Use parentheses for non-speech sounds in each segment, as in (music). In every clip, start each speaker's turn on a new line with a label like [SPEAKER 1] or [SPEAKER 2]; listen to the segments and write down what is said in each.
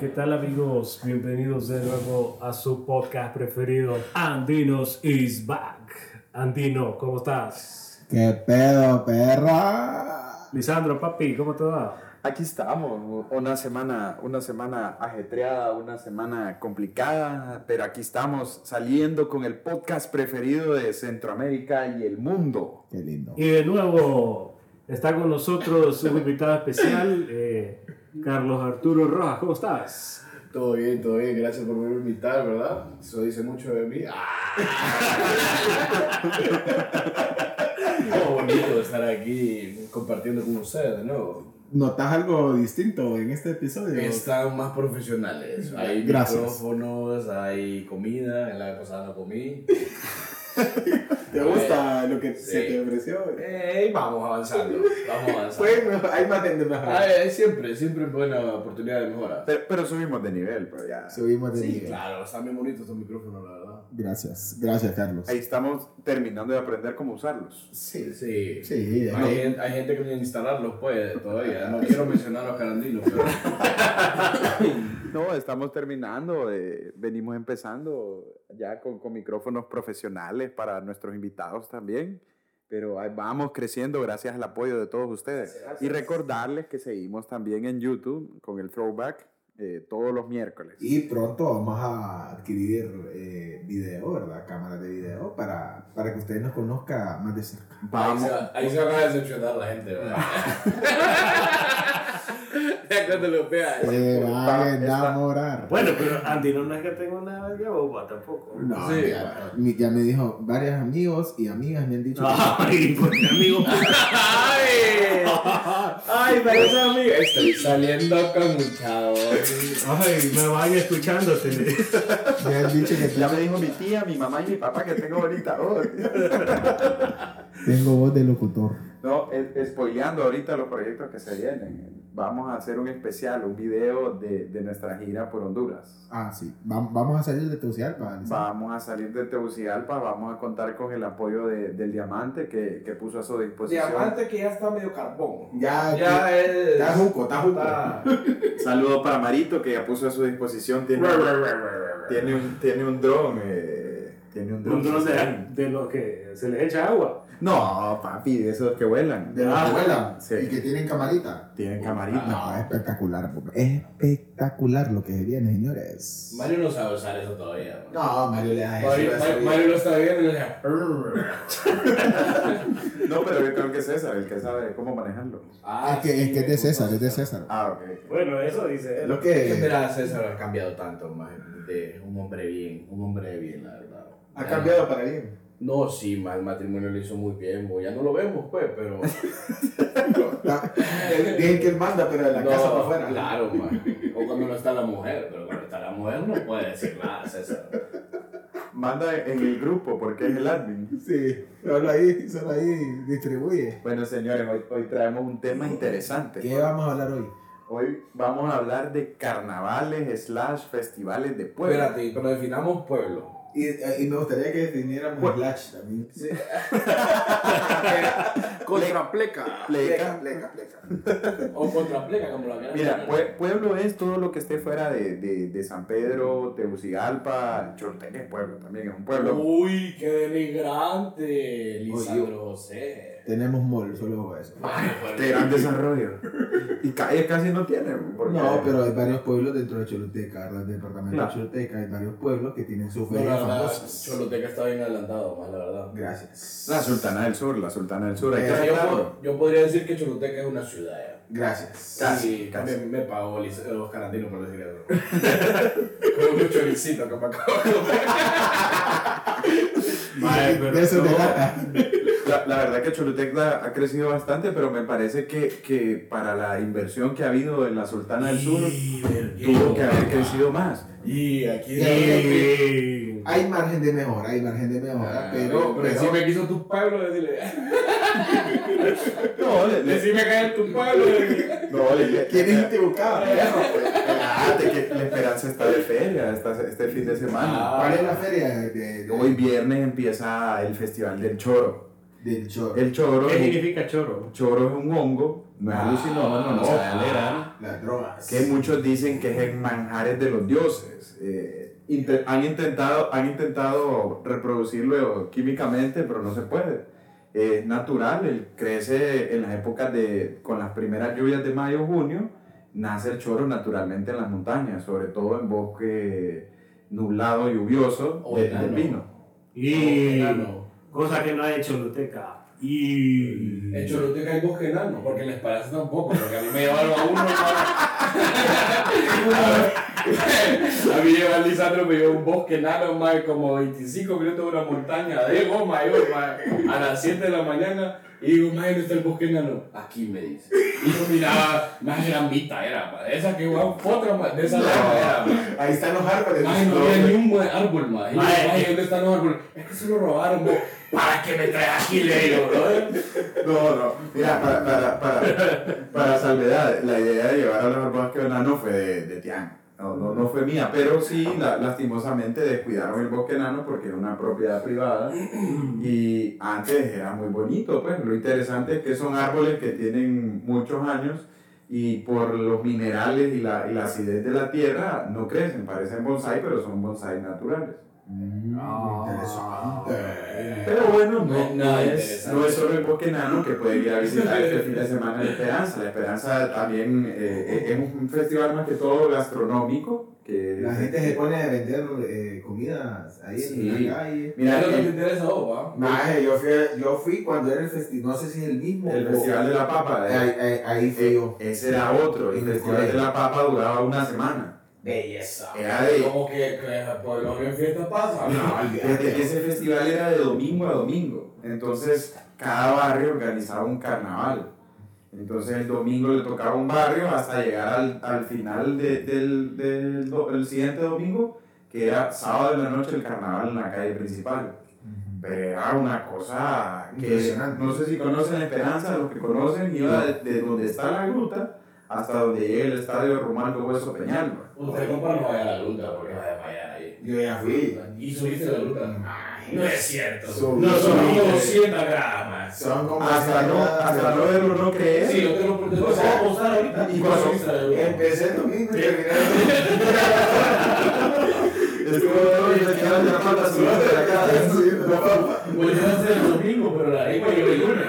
[SPEAKER 1] ¿Qué tal amigos? Bienvenidos de nuevo a su podcast preferido, Andinos is back. Andino, ¿cómo estás?
[SPEAKER 2] ¿Qué pedo, perra?
[SPEAKER 1] Lisandro, papi, ¿cómo te va?
[SPEAKER 3] Aquí estamos, una semana, una semana ajetreada, una semana complicada, pero aquí estamos saliendo con el podcast preferido de Centroamérica y el mundo.
[SPEAKER 2] Qué lindo.
[SPEAKER 1] Y de nuevo está con nosotros un invitado especial, eh, Carlos Arturo Rojas, ¿cómo estás?
[SPEAKER 4] Todo bien, todo bien, gracias por volver a invitar, ¿verdad? Eso dice mucho de mí. ¡Ah! (laughs) Qué bonito estar aquí compartiendo con ustedes de nuevo.
[SPEAKER 2] ¿Notas algo distinto en este episodio?
[SPEAKER 4] Están más profesionales. Hay
[SPEAKER 2] Gracias.
[SPEAKER 4] micrófonos, hay comida, en la vez pasada no comí.
[SPEAKER 2] ¿Te gusta lo que se
[SPEAKER 4] eh, Sí.
[SPEAKER 2] te ofreció?
[SPEAKER 4] Ey, vamos avanzando, vamos avanzando.
[SPEAKER 2] Bueno, hay más de mejorar.
[SPEAKER 4] Ay, siempre, siempre es buena oportunidad de mejora.
[SPEAKER 3] Pero, pero subimos de nivel, pero ya.
[SPEAKER 2] Subimos de
[SPEAKER 4] Sí,
[SPEAKER 2] nivel.
[SPEAKER 4] claro, están bien bonitos estos micrófonos, la verdad.
[SPEAKER 2] Gracias, gracias, Carlos.
[SPEAKER 3] Ahí estamos terminando de aprender cómo usarlos.
[SPEAKER 4] Sí, sí.
[SPEAKER 2] Sí, ya
[SPEAKER 4] Hay,
[SPEAKER 2] no.
[SPEAKER 4] gen- hay gente que viene a instalarlos, pues, todavía.
[SPEAKER 2] (laughs)
[SPEAKER 4] No quiero mencionar los carandilos, pero...
[SPEAKER 3] No, estamos terminando, eh, venimos empezando ya con, con micrófonos profesionales para nuestros invitados también, pero ahí vamos creciendo gracias al apoyo de todos ustedes. Y recordarles que seguimos también en YouTube con el throwback eh, todos los miércoles.
[SPEAKER 2] Y pronto vamos a adquirir eh, video, ¿verdad? Cámaras de video para, para que ustedes nos conozcan más de cerca.
[SPEAKER 4] Ahí
[SPEAKER 3] Vamos,
[SPEAKER 4] se, ahí se acaba de decepcionar la
[SPEAKER 2] (laughs)
[SPEAKER 4] gente, ¿verdad? ya cuando lo veas.
[SPEAKER 2] Se van a
[SPEAKER 3] está-
[SPEAKER 2] enamorar.
[SPEAKER 1] Bueno, pero Andino no es que tenga una verga boba tampoco.
[SPEAKER 2] No,
[SPEAKER 4] Sí.
[SPEAKER 2] ya, mi- ya me dijo, varios amigos y amigas me han dicho.
[SPEAKER 4] Ah.
[SPEAKER 1] Ay, porque amigo.
[SPEAKER 4] ¡Ay! ¡Ay, parece amigo! Estoy saliendo con un chavo.
[SPEAKER 1] Ay, me van escuchándote.
[SPEAKER 2] Me han dicho
[SPEAKER 4] (laughs)
[SPEAKER 2] que
[SPEAKER 3] ya me dijo mi tía, mi mamá y mi papá que tengo ahorita. oh.
[SPEAKER 2] tengo voz de locutor.
[SPEAKER 3] No, es- spoileando ahorita los proyectos que se vienen. Vamos a hacer un especial, un video de, de nuestra gira por Honduras.
[SPEAKER 2] Ah, sí. Vam- vamos a salir de Tegucigalpa. Alex.
[SPEAKER 3] Vamos a salir de Tegucigalpa, vamos a contar con el apoyo de- del Diamante que, que puso a su disposición.
[SPEAKER 5] Diamante que ya está medio carbón.
[SPEAKER 2] Ya,
[SPEAKER 5] Ya es.
[SPEAKER 2] Está junco, está junco.
[SPEAKER 3] Saludo para Marito que ya puso a su disposición. Tiene, tiene un, tiene un dron. eh, tiene un dron.
[SPEAKER 1] Un dron de, de los que se les echa agua.
[SPEAKER 3] No, papi, de esos que vuelan.
[SPEAKER 2] De la
[SPEAKER 1] Ah,
[SPEAKER 2] abuela.
[SPEAKER 3] sí.
[SPEAKER 2] Y que ah. tienen camarita.
[SPEAKER 3] Tienen camarita.
[SPEAKER 2] No, espectacular. po- Espectacular lo que se viene, señores.
[SPEAKER 4] Mario no sabe usar eso todavía. ¿no?
[SPEAKER 2] No, Mario le da eso.
[SPEAKER 4] Mario,
[SPEAKER 2] eso
[SPEAKER 4] Mario-
[SPEAKER 2] bien.
[SPEAKER 4] Mario lo está viendo y le dice...
[SPEAKER 3] No, pero yo creo que es César el que sabe cómo manejarlo.
[SPEAKER 2] Ah, es que, es que es de César, es de César.
[SPEAKER 3] Ah, ok.
[SPEAKER 1] Bueno, eso dice él.
[SPEAKER 2] Lo
[SPEAKER 4] Es que
[SPEAKER 2] que.
[SPEAKER 4] mira, César ha cambiado tanto, man, de un hombre bien, un hombre de bien, la verdad.
[SPEAKER 2] Ha cambiado para bien.
[SPEAKER 4] No, sí, ma, el matrimonio lo hizo muy bien, bo, ya no lo vemos, pues, pero...
[SPEAKER 2] Él- Dicen que él manda, pero de (laughs) la
[SPEAKER 4] No,
[SPEAKER 2] casa para afuera.
[SPEAKER 4] Claro, ma. O cuando no está la mujer, pero cuando está la mujer no puede decir nada, César.
[SPEAKER 2] Pues,
[SPEAKER 3] Manda en el grupo porque es el admin.
[SPEAKER 2] Sí, solo ahí, solo ahí distribuye.
[SPEAKER 3] Bueno, señores, hoy, hoy traemos un tema interesante.
[SPEAKER 2] ¿Qué vamos a hablar hoy?
[SPEAKER 3] Hoy vamos a hablar de carnavales slash festivales de Puebla.
[SPEAKER 5] Espérate, pero definamos pueblo.
[SPEAKER 2] Y, eh, y me gustaría que definiéramos
[SPEAKER 3] Bueno.
[SPEAKER 2] Slash también.
[SPEAKER 5] Contra pleca.
[SPEAKER 3] Pleca.
[SPEAKER 2] pleca, pleca.
[SPEAKER 5] O contra pleca, como la quieran
[SPEAKER 3] Mira,
[SPEAKER 5] llamar.
[SPEAKER 3] pue- pueblo es todo lo que esté fuera de, de- de San Pedro, Tegucigalpa, Chorteña es pueblo también, es un pueblo.
[SPEAKER 5] Uy, qué denigrante, Lisandro José.
[SPEAKER 2] Tenemos mall, solo eso.
[SPEAKER 3] De gran desarrollo. Y calles casi no tiene. porque-
[SPEAKER 2] No, pero hay varios pueblos dentro de Choluteca, ¿verdad? Del departamento
[SPEAKER 3] Claro.
[SPEAKER 2] de Choluteca hay varios pueblos que tienen sus
[SPEAKER 4] No, la
[SPEAKER 2] ferias
[SPEAKER 4] verdad,
[SPEAKER 2] famosas.
[SPEAKER 4] Choluteca está bien adelantado, ma, la verdad.
[SPEAKER 2] Gracias.
[SPEAKER 3] La Sultana del Sur, la Sultana del Sur. hay que
[SPEAKER 4] O sea, yo,
[SPEAKER 3] aceptarlo.
[SPEAKER 4] po- yo podría decir que Choluteca es una ciudad, ya.
[SPEAKER 2] Gracias.
[SPEAKER 3] Casi,
[SPEAKER 4] Sí,
[SPEAKER 3] casi.
[SPEAKER 4] Me, me pagó Liz- eh, Oscar Andino por decir eso. (laughs) Con un choricito que me acabo de comer.
[SPEAKER 1] Mae, pero
[SPEAKER 2] de eso
[SPEAKER 1] no.
[SPEAKER 2] te (laughs) da.
[SPEAKER 3] La, la verdad que Choluteca ha crecido bastante, pero me parece que, que para la inversión que ha habido en la Sultana del Sur, tuvo que haber crecido más.
[SPEAKER 4] Y aquí...
[SPEAKER 1] Y-
[SPEAKER 2] Hay margen de mejora, hay margen de mejora,
[SPEAKER 4] Ah,
[SPEAKER 2] pero, pues
[SPEAKER 4] no, pero
[SPEAKER 2] pero-
[SPEAKER 4] si me quiso tu pueblo, decirle... (laughs)
[SPEAKER 3] No, le, le-
[SPEAKER 4] Decime que es tu pueblo.
[SPEAKER 3] no, le- le-
[SPEAKER 2] ¿quién es el que buscaba?
[SPEAKER 3] Espérate, que la esperanza está de feria esta- este fin de semana.
[SPEAKER 2] ¿Cuál es la feria de- de-
[SPEAKER 3] Hoy viernes empieza el Festival del Choro.
[SPEAKER 2] del Chor?
[SPEAKER 3] El Choro, Eh.
[SPEAKER 1] ¿Qué significa choro?
[SPEAKER 3] choro es un hongo No es alucinógeno, no sabe a leer,
[SPEAKER 2] Las drogas.
[SPEAKER 3] que muchos dicen que es el manjares de los dioses. Eh, inte- han, intentado, han intentado reproducirlo químicamente, pero no se puede. Es natural, él crece en las épocas de, con las primeras lluvias de mayo, junio, nace el choro naturalmente en las montañas, sobre todo en bosque nublado, lluvioso,
[SPEAKER 4] O
[SPEAKER 3] de,
[SPEAKER 4] enano.
[SPEAKER 3] del vino.
[SPEAKER 1] Y. Cosa que no hay en Choluteca. Y.
[SPEAKER 4] En Choluteca hay bosque enano, porque en la espalda tampoco, porque a mí me llevaron a uno. hermano. a mí lleva Lisandro, me llevó un bosque enano, más como 25 minutos de una montaña de goma, yo, mae, a las 7 de la mañana. Y digo, mae, ¿dónde está el bosque enano? Aquí me dice. Y yo miraba, más grandita era, mae, de esa que guau, otra, mae, de esa larga era, mae.
[SPEAKER 2] Ahí están los árboles.
[SPEAKER 4] Ay, no había ni un buen árbol, ma. Y yo,
[SPEAKER 1] Mae.
[SPEAKER 4] Ay, ¿dónde están los árboles? Es que se lo robaron, bo. ¿Para qué me traes aquí, le digo, bro?
[SPEAKER 3] No, no, mira, para, para, para, para salvedad, la idea de llevar a los bosque enano fue de, de Tian, no, no, no fue mía, pero sí, la- lastimosamente descuidaron el bosque enano porque era una propiedad privada y antes era muy bonito, pues lo interesante es que son árboles que tienen muchos años y por los minerales y la, y la acidez de la tierra no crecen, parecen bonsai, pero son bonsai naturales.
[SPEAKER 2] Mm, Ah.
[SPEAKER 3] Pero bueno,
[SPEAKER 4] No
[SPEAKER 3] no,
[SPEAKER 4] es nada
[SPEAKER 3] es,
[SPEAKER 4] interesante.
[SPEAKER 3] no es solo el bosque enano que puede ir a visitar este fin de semana la Esperanza. La Esperanza también eh, es un festival más que todo gastronómico. Que
[SPEAKER 2] La gente se pone a vender eh, comidas ahí en
[SPEAKER 3] Sí.
[SPEAKER 2] la calle.
[SPEAKER 3] Mira,
[SPEAKER 4] Es lo que te
[SPEAKER 3] el,
[SPEAKER 4] interesa, a vos, va.
[SPEAKER 2] Maje, yo, fui, yo fui cuando era el festival, no sé si es el mismo.
[SPEAKER 3] el
[SPEAKER 2] o-
[SPEAKER 3] Festival de la Papa,
[SPEAKER 2] Ahí,
[SPEAKER 3] eh,
[SPEAKER 2] ahí, ahí fui
[SPEAKER 3] eh,
[SPEAKER 2] yo.
[SPEAKER 3] ese era otro. El Festival de la Papa duraba una semana.
[SPEAKER 4] Belleza.
[SPEAKER 3] Era de-
[SPEAKER 4] Como que, que por lo que en fiesta pasa.
[SPEAKER 3] No,
[SPEAKER 2] olvídate.
[SPEAKER 3] desde que ese festival era de domingo a domingo. Entonces, cada barrio organizaba un carnaval. Entonces, el domingo le tocaba un barrio hasta llegar al, al final de- del, del do- el siguiente domingo, que era sábado de la noche el carnaval en la calle principal. Pero era una cosa que
[SPEAKER 2] Impresionante.
[SPEAKER 3] no sé si conocen Esperanza, los que conocen, iba de, de donde está la gruta hasta donde llega el estadio Romualdo Hueso Peñalba.
[SPEAKER 4] Usted compa no vaya a la luta, porque vaya a fallar ahí.
[SPEAKER 2] Yo ya fui.
[SPEAKER 4] ¿Y subiste la luta? No es cierto.
[SPEAKER 2] Subí.
[SPEAKER 4] No subí
[SPEAKER 2] Subí.
[SPEAKER 4] 200 gramas.
[SPEAKER 2] Son como
[SPEAKER 3] Hasta no, hasta no verlo no creer.
[SPEAKER 4] Sí, yo te lo protejo.
[SPEAKER 2] O sea,
[SPEAKER 4] postar ahorita.
[SPEAKER 3] ¿Eh? ¿y
[SPEAKER 4] ¿Y
[SPEAKER 3] cuál
[SPEAKER 4] cuál
[SPEAKER 3] subiste
[SPEAKER 4] subiste la luta?
[SPEAKER 2] Empecé el domingo y terminé el (laughs) domingo.
[SPEAKER 3] Estuvo todo el festival de la pata sudando de la cara.
[SPEAKER 2] Sí, la papa.
[SPEAKER 4] Volviste el domingo, pero la lengua llegó el lunes.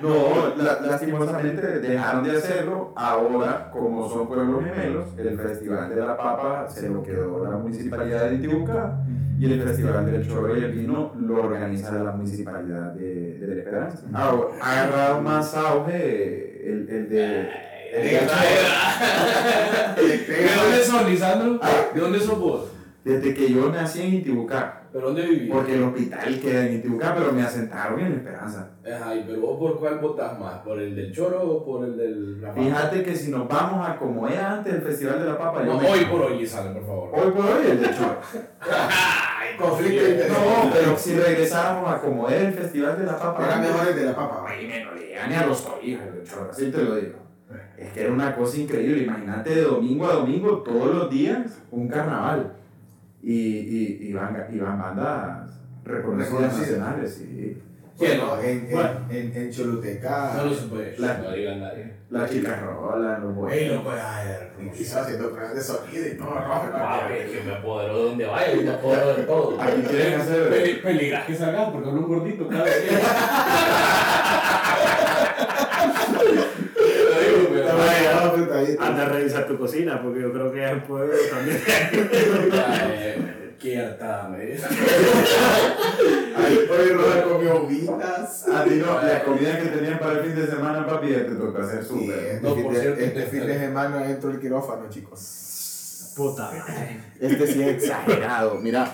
[SPEAKER 3] No, la- lastimosamente dejaron de hacerlo. Ahora, como son pueblos gemelos, el Festival de la Papa se lo quedó la Municipalidad de Itibucá y el Festival del Chorro y el Vino lo organiza la Municipalidad de, de La Esperanza. Ahora, ha agarrado más auge el, el de... el de
[SPEAKER 4] ¿De dónde sos, Lisandro? ¿De dónde sos vos?
[SPEAKER 3] desde que yo nací en Itibucá,
[SPEAKER 4] ¿Pero dónde vivís?
[SPEAKER 3] porque el hospital queda en Itibucá, pero me asentaron en La Esperanza.
[SPEAKER 4] Ajá, ¿y pero vos por cuál votás más? ¿Por el del Choro o por el del Rafael?
[SPEAKER 3] Fíjate que si nos vamos a como era antes el Festival de la Papa, yo
[SPEAKER 4] No,
[SPEAKER 3] me-
[SPEAKER 4] hoy por hoy, Lisandro, por favor.
[SPEAKER 3] hoy por hoy el de Choro.
[SPEAKER 4] Ay,
[SPEAKER 2] Conflicto de interés.
[SPEAKER 3] No, pero si regresáramos a como era el Festival de la Papa,
[SPEAKER 2] Era mejor el de la papa.
[SPEAKER 3] Ay, me lo leía ni a los tobillos el de Choro, así te lo digo. Es que era una cosa increíble, imagínate de domingo a domingo, todos los días, un carnaval. Y, y, y van, y van bandas reconocidas
[SPEAKER 2] Reconocidas.
[SPEAKER 3] nacionales. sí.
[SPEAKER 4] ¿Quién?
[SPEAKER 2] Bueno, en, en, en, en
[SPEAKER 4] eh, No
[SPEAKER 2] Choluteca.
[SPEAKER 4] lo supe.
[SPEAKER 3] La-
[SPEAKER 4] No digan nadie.
[SPEAKER 3] Las chicas rolan, los
[SPEAKER 4] Ey,
[SPEAKER 3] buenos.
[SPEAKER 4] loco, ay, hermoso.
[SPEAKER 2] Quiso haciendo pruebas de sonido y todo.
[SPEAKER 4] Ah, es que me apoderó de donde vaya, yo me apodero de todo.
[SPEAKER 3] Aquí quieren hacer-
[SPEAKER 4] Peli- Peligras que salgas porque hablo un gordito cada vez. Lo digo, pero-
[SPEAKER 2] Ah, puta, ahí está.
[SPEAKER 1] Anda a revisar tu cocina, porque yo creo que es el pueblo también.
[SPEAKER 4] Ay, Quierta, me dice.
[SPEAKER 2] Ahí por el Roda comió uvitas.
[SPEAKER 3] A ti no, la comida que tenían para el fin de semana, papi, ya te toca hacer
[SPEAKER 2] Sí,
[SPEAKER 3] súper.
[SPEAKER 2] este,
[SPEAKER 4] No,
[SPEAKER 2] fin
[SPEAKER 4] por
[SPEAKER 2] de,
[SPEAKER 4] cierto,
[SPEAKER 2] este fin de
[SPEAKER 4] eh,
[SPEAKER 2] semana entro el quirófano, chicos.
[SPEAKER 1] Puta madre.
[SPEAKER 3] Este sí es exagerado, mira.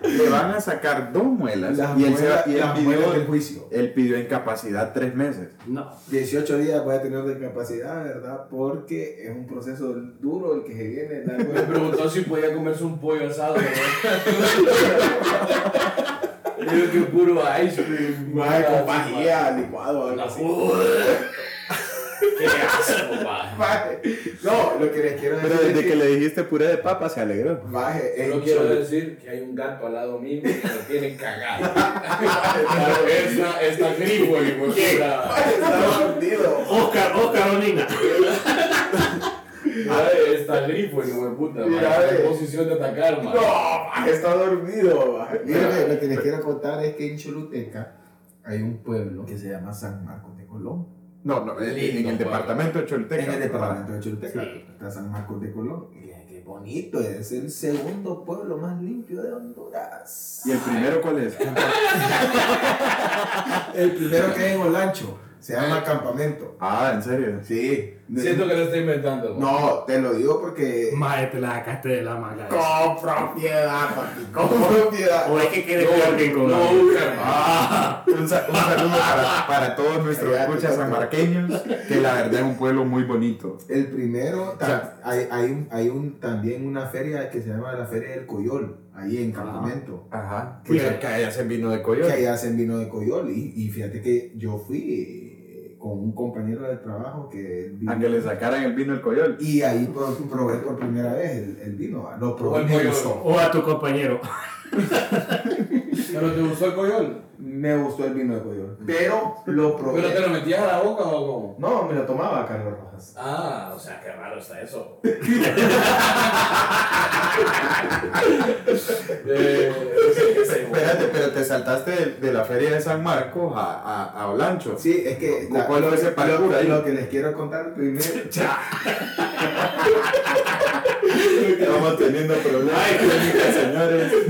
[SPEAKER 3] Le van a sacar dos muelas.
[SPEAKER 2] Las
[SPEAKER 3] y él, se va-
[SPEAKER 2] muelas-
[SPEAKER 3] y él
[SPEAKER 2] las muelas del
[SPEAKER 3] pidió,
[SPEAKER 2] juicio.
[SPEAKER 3] él pidió incapacidad tres meses.
[SPEAKER 1] No.
[SPEAKER 2] 18 días voy a tener de capacidad, ¿verdad? Porque es un proceso duro el que se viene. largo. (laughs)
[SPEAKER 4] Me preguntó si podía comerse un pollo asado. (laughs) ¿no? Digo que puro ice cream. (laughs)
[SPEAKER 2] Maje, con pajilla, licuado, algo
[SPEAKER 4] La
[SPEAKER 2] así.
[SPEAKER 4] ju- Qué asco, ma.
[SPEAKER 2] Maje, No, lo que les quiero decir
[SPEAKER 3] Pero desde
[SPEAKER 2] es
[SPEAKER 3] que le dijiste puré de papa se alegró.
[SPEAKER 2] Maje,
[SPEAKER 4] Solo
[SPEAKER 2] en
[SPEAKER 4] quiero
[SPEAKER 2] Chol-
[SPEAKER 4] decir que hay un gato al lado mío que me tiene cagado. Claro, esta, esta grifo, hijo de puta.
[SPEAKER 2] Maje, (laughs) está hundido.
[SPEAKER 1] Oscar, Oscar Onina.
[SPEAKER 4] Madre, Esta grifo, hijo de puta.
[SPEAKER 2] Mira,
[SPEAKER 4] madre, está
[SPEAKER 2] eh.
[SPEAKER 4] en posición de atacar, man.
[SPEAKER 2] No, maje, está dormido. maje. Mira, lo que- lo que les quiero contar es que en Choluteca hay un pueblo que se llama San Marcos de Colón.
[SPEAKER 3] No, no, en- en
[SPEAKER 4] Lindo,
[SPEAKER 3] el departamento de Cholteca.
[SPEAKER 2] en el departamento de Choluteca
[SPEAKER 1] Sí.
[SPEAKER 2] está San Marcos de Colón. Y Qué qué bonito, es el segundo pueblo más limpio de Honduras.
[SPEAKER 3] ¿Y el primero cuál es?
[SPEAKER 2] El primero que hay en Olancho se llama Campamento.
[SPEAKER 3] ah, ¿en serio?
[SPEAKER 2] Eh. Sí.
[SPEAKER 4] Siento que lo estoy inventando. man.
[SPEAKER 2] No, te lo digo porque.
[SPEAKER 1] Mae, te la sacaste de la manga.
[SPEAKER 2] Con propiedad, papi, (laughs) con propiedad.
[SPEAKER 1] O es que quede peor que con
[SPEAKER 4] No, Oscar,
[SPEAKER 3] Ah, un, sa- un saludo para, para todos nuestros
[SPEAKER 2] Ya te
[SPEAKER 3] escuchas
[SPEAKER 2] toca.
[SPEAKER 3] sanmarqueños, que la verdad es un pueblo muy bonito.
[SPEAKER 2] El primero, ta- hay, hay, un, hay un, también una feria que se llama la Feria del Coyol, ahí en Campamento.
[SPEAKER 3] Ajá.
[SPEAKER 2] Pucha,
[SPEAKER 3] que allá se vino de
[SPEAKER 2] Que
[SPEAKER 3] Coyote.
[SPEAKER 2] ahí hacen vino de Coyol. Y, y fíjate que yo fui eh, con un compañero de trabajo que. él vino-
[SPEAKER 3] A que le sacaran el vino del Coyol.
[SPEAKER 2] y ahí pro- probé por primera vez el, el vino. ¿va? Lo probé.
[SPEAKER 4] el
[SPEAKER 2] me
[SPEAKER 4] Coyol.
[SPEAKER 2] gustó.
[SPEAKER 1] O a tu compañero.
[SPEAKER 4] ¿Pero te gustó el coyol?
[SPEAKER 2] Me gustó el vino de Coyol. Pero lo probé.
[SPEAKER 4] ¿Pero te lo metías a la boca o cómo?
[SPEAKER 2] No, me lo tomaba Carlos Rojas.
[SPEAKER 4] Ah, o sea, qué raro está eso. (laughs)
[SPEAKER 3] Espérate, pero te saltaste de, de la feria de San Marcos a, a, a Olancho.
[SPEAKER 2] Sí, es que.
[SPEAKER 3] ¿Cu- cuál fue ese parkour ahí?
[SPEAKER 2] Lo que les quiero contar primero.
[SPEAKER 1] Cha.
[SPEAKER 3] Estamos teniendo problemas técnicos, señores.
[SPEAKER 2] (laughs)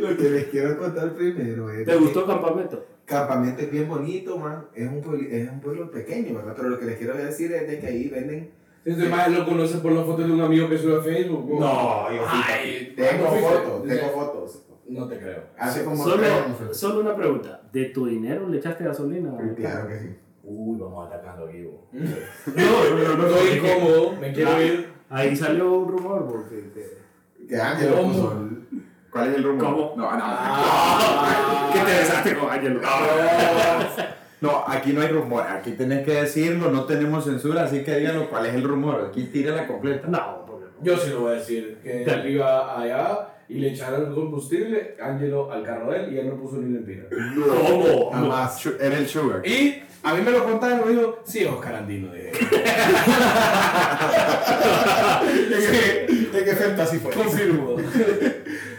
[SPEAKER 2] Lo que les quiero contar primero es.
[SPEAKER 1] ¿Te gustó Campamento?
[SPEAKER 2] Campamento es bien bonito, man. Es un, puebli- es un pueblo pequeño, ¿verdad? Pero lo que les quiero decir es de que ahí venden.
[SPEAKER 4] Este más lo conoces por las fotos de un amigo que sube a Facebook. ¿no?
[SPEAKER 2] yo
[SPEAKER 4] Ay,
[SPEAKER 2] Tengo
[SPEAKER 4] ¿cuándo fuiste?
[SPEAKER 2] fotos, tengo fotos.
[SPEAKER 4] No te creo.
[SPEAKER 2] Hace como tres
[SPEAKER 1] Solo,
[SPEAKER 2] años.
[SPEAKER 1] solo una pregunta. ¿De tu dinero le echaste gasolina?
[SPEAKER 2] Claro que sí.
[SPEAKER 4] Uy, vamos atacando aquí, bo.
[SPEAKER 1] (laughs) No, no, no, es
[SPEAKER 4] Estoy
[SPEAKER 1] que
[SPEAKER 4] incómodo, me quiero
[SPEAKER 1] Ah.
[SPEAKER 4] ir. (laughs)
[SPEAKER 1] Ahí salió un rumor porque te-
[SPEAKER 2] Que Ángel lo
[SPEAKER 4] ¿Cómo?
[SPEAKER 2] puso.
[SPEAKER 3] ¿Cuál es el rumbo?
[SPEAKER 1] ¿Cómo?
[SPEAKER 3] No, no. Ah.
[SPEAKER 1] que te besaste con Ángel.
[SPEAKER 3] No, aquí no hay rumor. Aquí tenés que decirlo. No tenemos censura, así que díganos cuál es el rumor. Aquí tira la completa.
[SPEAKER 1] No, porque no.
[SPEAKER 4] Yo sí lo voy a decir. Que
[SPEAKER 1] Dale.
[SPEAKER 4] él iba allá y le echaron el combustible, Angelo, al carro de él y él no puso ni lempira.
[SPEAKER 1] ¿Cómo?
[SPEAKER 2] Jamás.
[SPEAKER 3] Su- Era el sugar.
[SPEAKER 4] Y a mí me lo contaron y me dijo, sí, Oscar Andino, dije.
[SPEAKER 2] ¿De qué fantasy fue? (laughs)
[SPEAKER 4] Confirmo.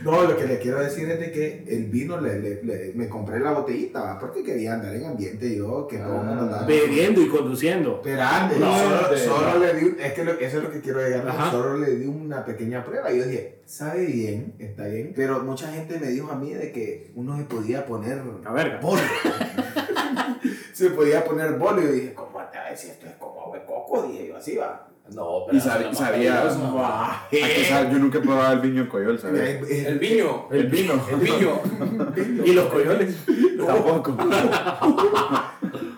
[SPEAKER 2] No, lo que les quiero decir es de que el vino le, le- le- me compré la botellita, ¿va? porque quería andar en ambiente yo, que todo el mundo
[SPEAKER 1] Ah.
[SPEAKER 2] andaba.
[SPEAKER 1] Bebiendo y conduciendo.
[SPEAKER 2] Esperando,
[SPEAKER 1] No,
[SPEAKER 2] solo,
[SPEAKER 4] de-
[SPEAKER 2] solo le di, un- es que lo- eso es lo que quiero llegar,
[SPEAKER 1] Ajá.
[SPEAKER 2] solo le di una pequeña prueba. Yo dije, sabe bien, está bien, pero mucha gente me dijo a mí de que uno se podía poner
[SPEAKER 1] La verga.
[SPEAKER 2] bolo. se podía poner bolo y yo dije, ¿cómo te va a decir esto es como agua de coco? Dije yo, así va.
[SPEAKER 4] (laughs) No, pero
[SPEAKER 3] Y sab-
[SPEAKER 4] la más
[SPEAKER 3] sabía.
[SPEAKER 4] peligrosa, ma.
[SPEAKER 3] Ah, que sabe, Yo nunca he probado el viño coyol, ¿sabes?
[SPEAKER 4] El viño.
[SPEAKER 3] El vino.
[SPEAKER 4] El viño.
[SPEAKER 1] (laughs) ¿Y los coyoles?
[SPEAKER 3] (laughs) Tampoco.